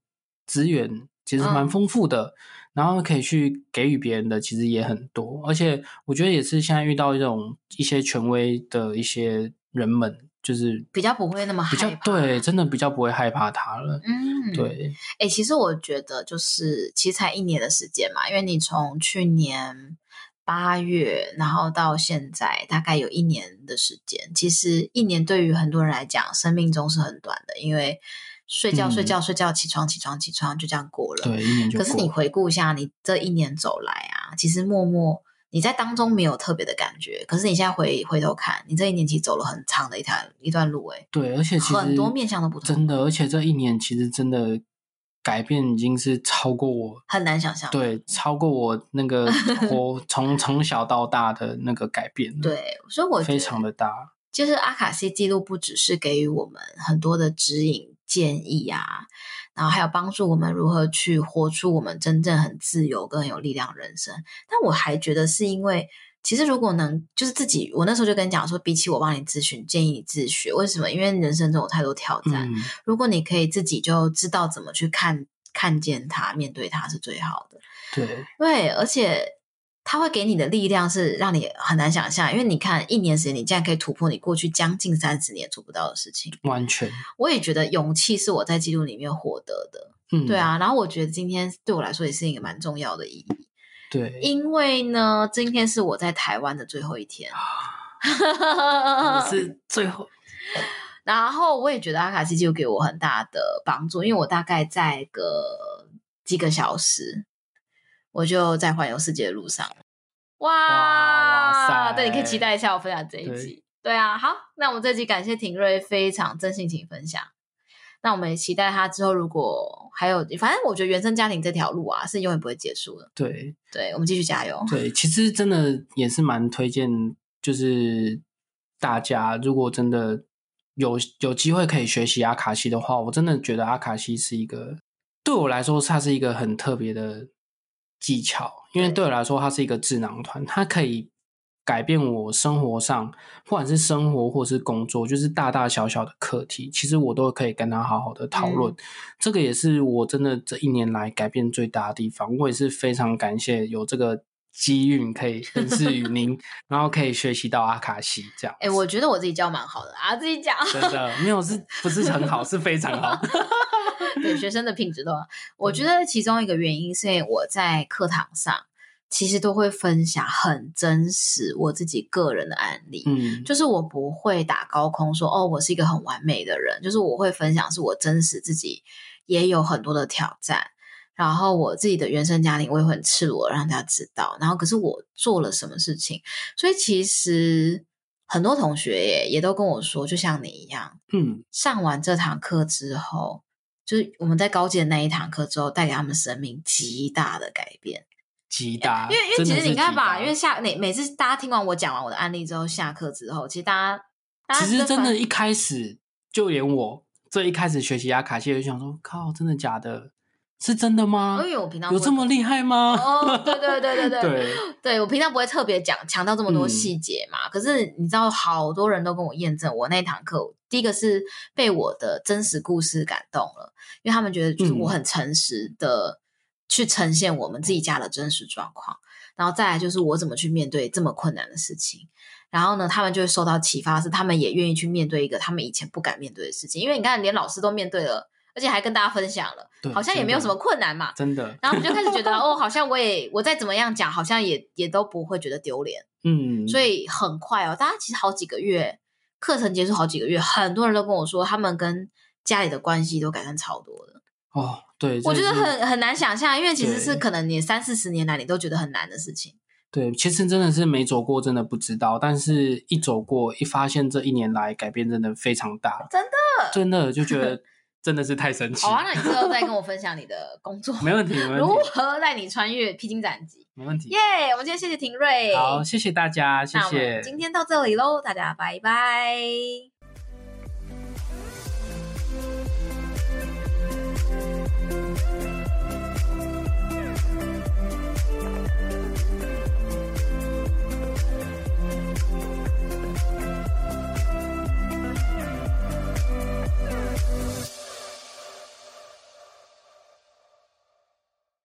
B: 资源其实蛮
A: 嗯
B: 丰富的，然后可以去给予别人的其实也很多，而且我觉得也是现在遇到一种一些权威的一些人们，就是
A: 比较不会那么
B: 比较
A: 啊害怕。
B: 对，，真的比较不会害怕他了。
A: 嗯，。
B: 对，
A: 哎、其实我觉得就是，其实才一年的时间嘛，因为你从去年八月，然后到现在大概有一年的时间。其实一年对于很多人来讲，生命中是很短的，因为睡觉、睡
B: 嗯
A: 觉、睡觉，起床、起床、起床，就这样过了。
B: 对，一年就
A: 可是
B: 过
A: 你
B: 了
A: 回顾一下，你这一年走来啊，其实默默你在当中没有特别的感觉，可是你现在回回头看，你这一年其实走了很长的一条一段路、欸，
B: 对，而且其实
A: 很多面向都不同
B: 真的，而且这一年其实真的改变已经是超过我，
A: 很难想象。
B: 对，超过我那 个我从从小到大的那个改变了，
A: 对，所以我觉
B: 非
A: 得
B: 常的大，
A: 就是阿卡西记录不只是给予我们很多的指引、建议啊，然后还有帮助我们如何去活出我们真正很自由、更有力量的人生。但我还觉得是因为，其实如果能就是自己，我那时候就跟你讲说，比起我帮你咨询，建议你自学。为什么？因为人生中有太多挑战，
B: 嗯，
A: 如果你可以自己就知道怎么去看、看见它、面对它，是最好的。
B: 对，
A: 对，而且它会给你的力量是让你很难想象，因为你看一年时间，你竟然可以突破你过去将近三十年做不到的事情。
B: 完全，
A: 我也觉得勇气是我在记录里面获得的，
B: 嗯，
A: 对，啊。然后我觉得今天对我来说也是一个蛮重要的意义，
B: 对，
A: 因为呢，今天是我在台湾的最后一天。
B: 我啊是最后，
A: 然后我也觉得阿卡西就给我很大的帮助，因为我大概在个几个小时，我就在环游世界的路上了。哇，
B: 哇哇塞
A: 对，你可以期待一下我分享这一集。对啊，好，那我们这集感谢廷瑞非常真性情分享。那我们也期待他之后如果还有，反正我觉得原生家庭这条路啊是永远不会结束的。
B: 对
A: 对，我们继续加油。
B: 对，其实真的也是蛮推荐，就是大家如果真的。有有机会可以学习阿卡西的话，我真的觉得阿卡西是一个对我来说，它是一个很特别的技巧，因为
A: 对
B: 对我来说，它是一个智囊团，它可以改变我生活上，不管是生活或是工作，就是大大小小的课题，其实我都可以跟他好好的讨论。
A: 嗯
B: 这个也是我真的这一年来改变最大的地方，我也是非常感谢有这个机运可以认识雨宁，然后可以学习到阿卡西这样。
A: 哎、我觉得我自己教蛮好的啊，自己讲。
B: 真的没有是不是很好，是非常好。
A: 对学生的品质都很好，我觉得其中一个原因是因为我在课堂上其实都会分享很真实我自己个人的案例，
B: 嗯，
A: 就是我不会打高空说哦，我是一个很完美的人，就是我会分享是我真实自己也有很多的挑战，然后我自己的原生家庭我也会很赤裸让大家知道，然后可是我做了什么事情，所以其实很多同学也也都跟我说，就像你一样，
B: 嗯，
A: 上完这堂课之后，就是我们在高阶的那一堂课之后，带给他们生命极大的改变。
B: 极大，
A: 因为因为
B: 啊真的
A: 其实
B: 是
A: 你看
B: 极
A: 吧，
B: 大
A: 因为下每每次大家听完我讲完我的案例之后，下课之后，其实大家大家
B: 其实真的，
A: 反
B: 一开始就连我这一开始学习阿卡西，我就想说，靠，真的假的？是真的吗？
A: 哦因为我平常
B: 有
A: 不
B: 这么厉害吗？
A: 哦，对对对 对对
B: 对，
A: 对我平常不会特别讲强调这么多
B: 嗯
A: 细节嘛。可是你知道，好多人都跟我验证，我那堂课第一个是被我的真实故事感动了，因为他们觉得就是
B: 嗯
A: 我很诚实的去呈现我们自己家的真实状况，然后再来就是我怎么去面对这么困难的事情。然后呢，他们就会受到启发，是他们也愿意去面对一个他们以前不敢面对的事情。因为你看，连老师都面对了，而且还跟大家分享了，
B: 对
A: 好像也没有什么困难嘛。
B: 真的，
A: 然后我们就开始觉得，哦，好像我也我再怎么样讲，好像也也都不会觉得丢脸，
B: 嗯，
A: 所
B: 以
A: 以很快哦，大家其实好几个月课程结束好几个月，很多人都跟我说，他们跟家里的关系都改善超多的。
B: 哦，对，
A: 我觉
B: 真的
A: 得
B: 是
A: 很很难想象，因为其实是
B: 对
A: 可能你三四十年来你都觉得很难的事情。
B: 对，其实真的是没走过，真的不知道，但是一走过，一发现这一年来改变真的非常大，
A: 真的，
B: 真的就觉得真的是太神奇
A: 好，啊，那你之后再跟我分享你的工作
B: 没问题，没
A: 如
B: 问题，
A: 何带你穿越披荆斩棘。
B: 没问题
A: 耶。我们今天谢谢庭瑞，
B: 好，谢谢大家，谢
A: 那我
B: 谢
A: 们。今天到这里喽，大家拜拜。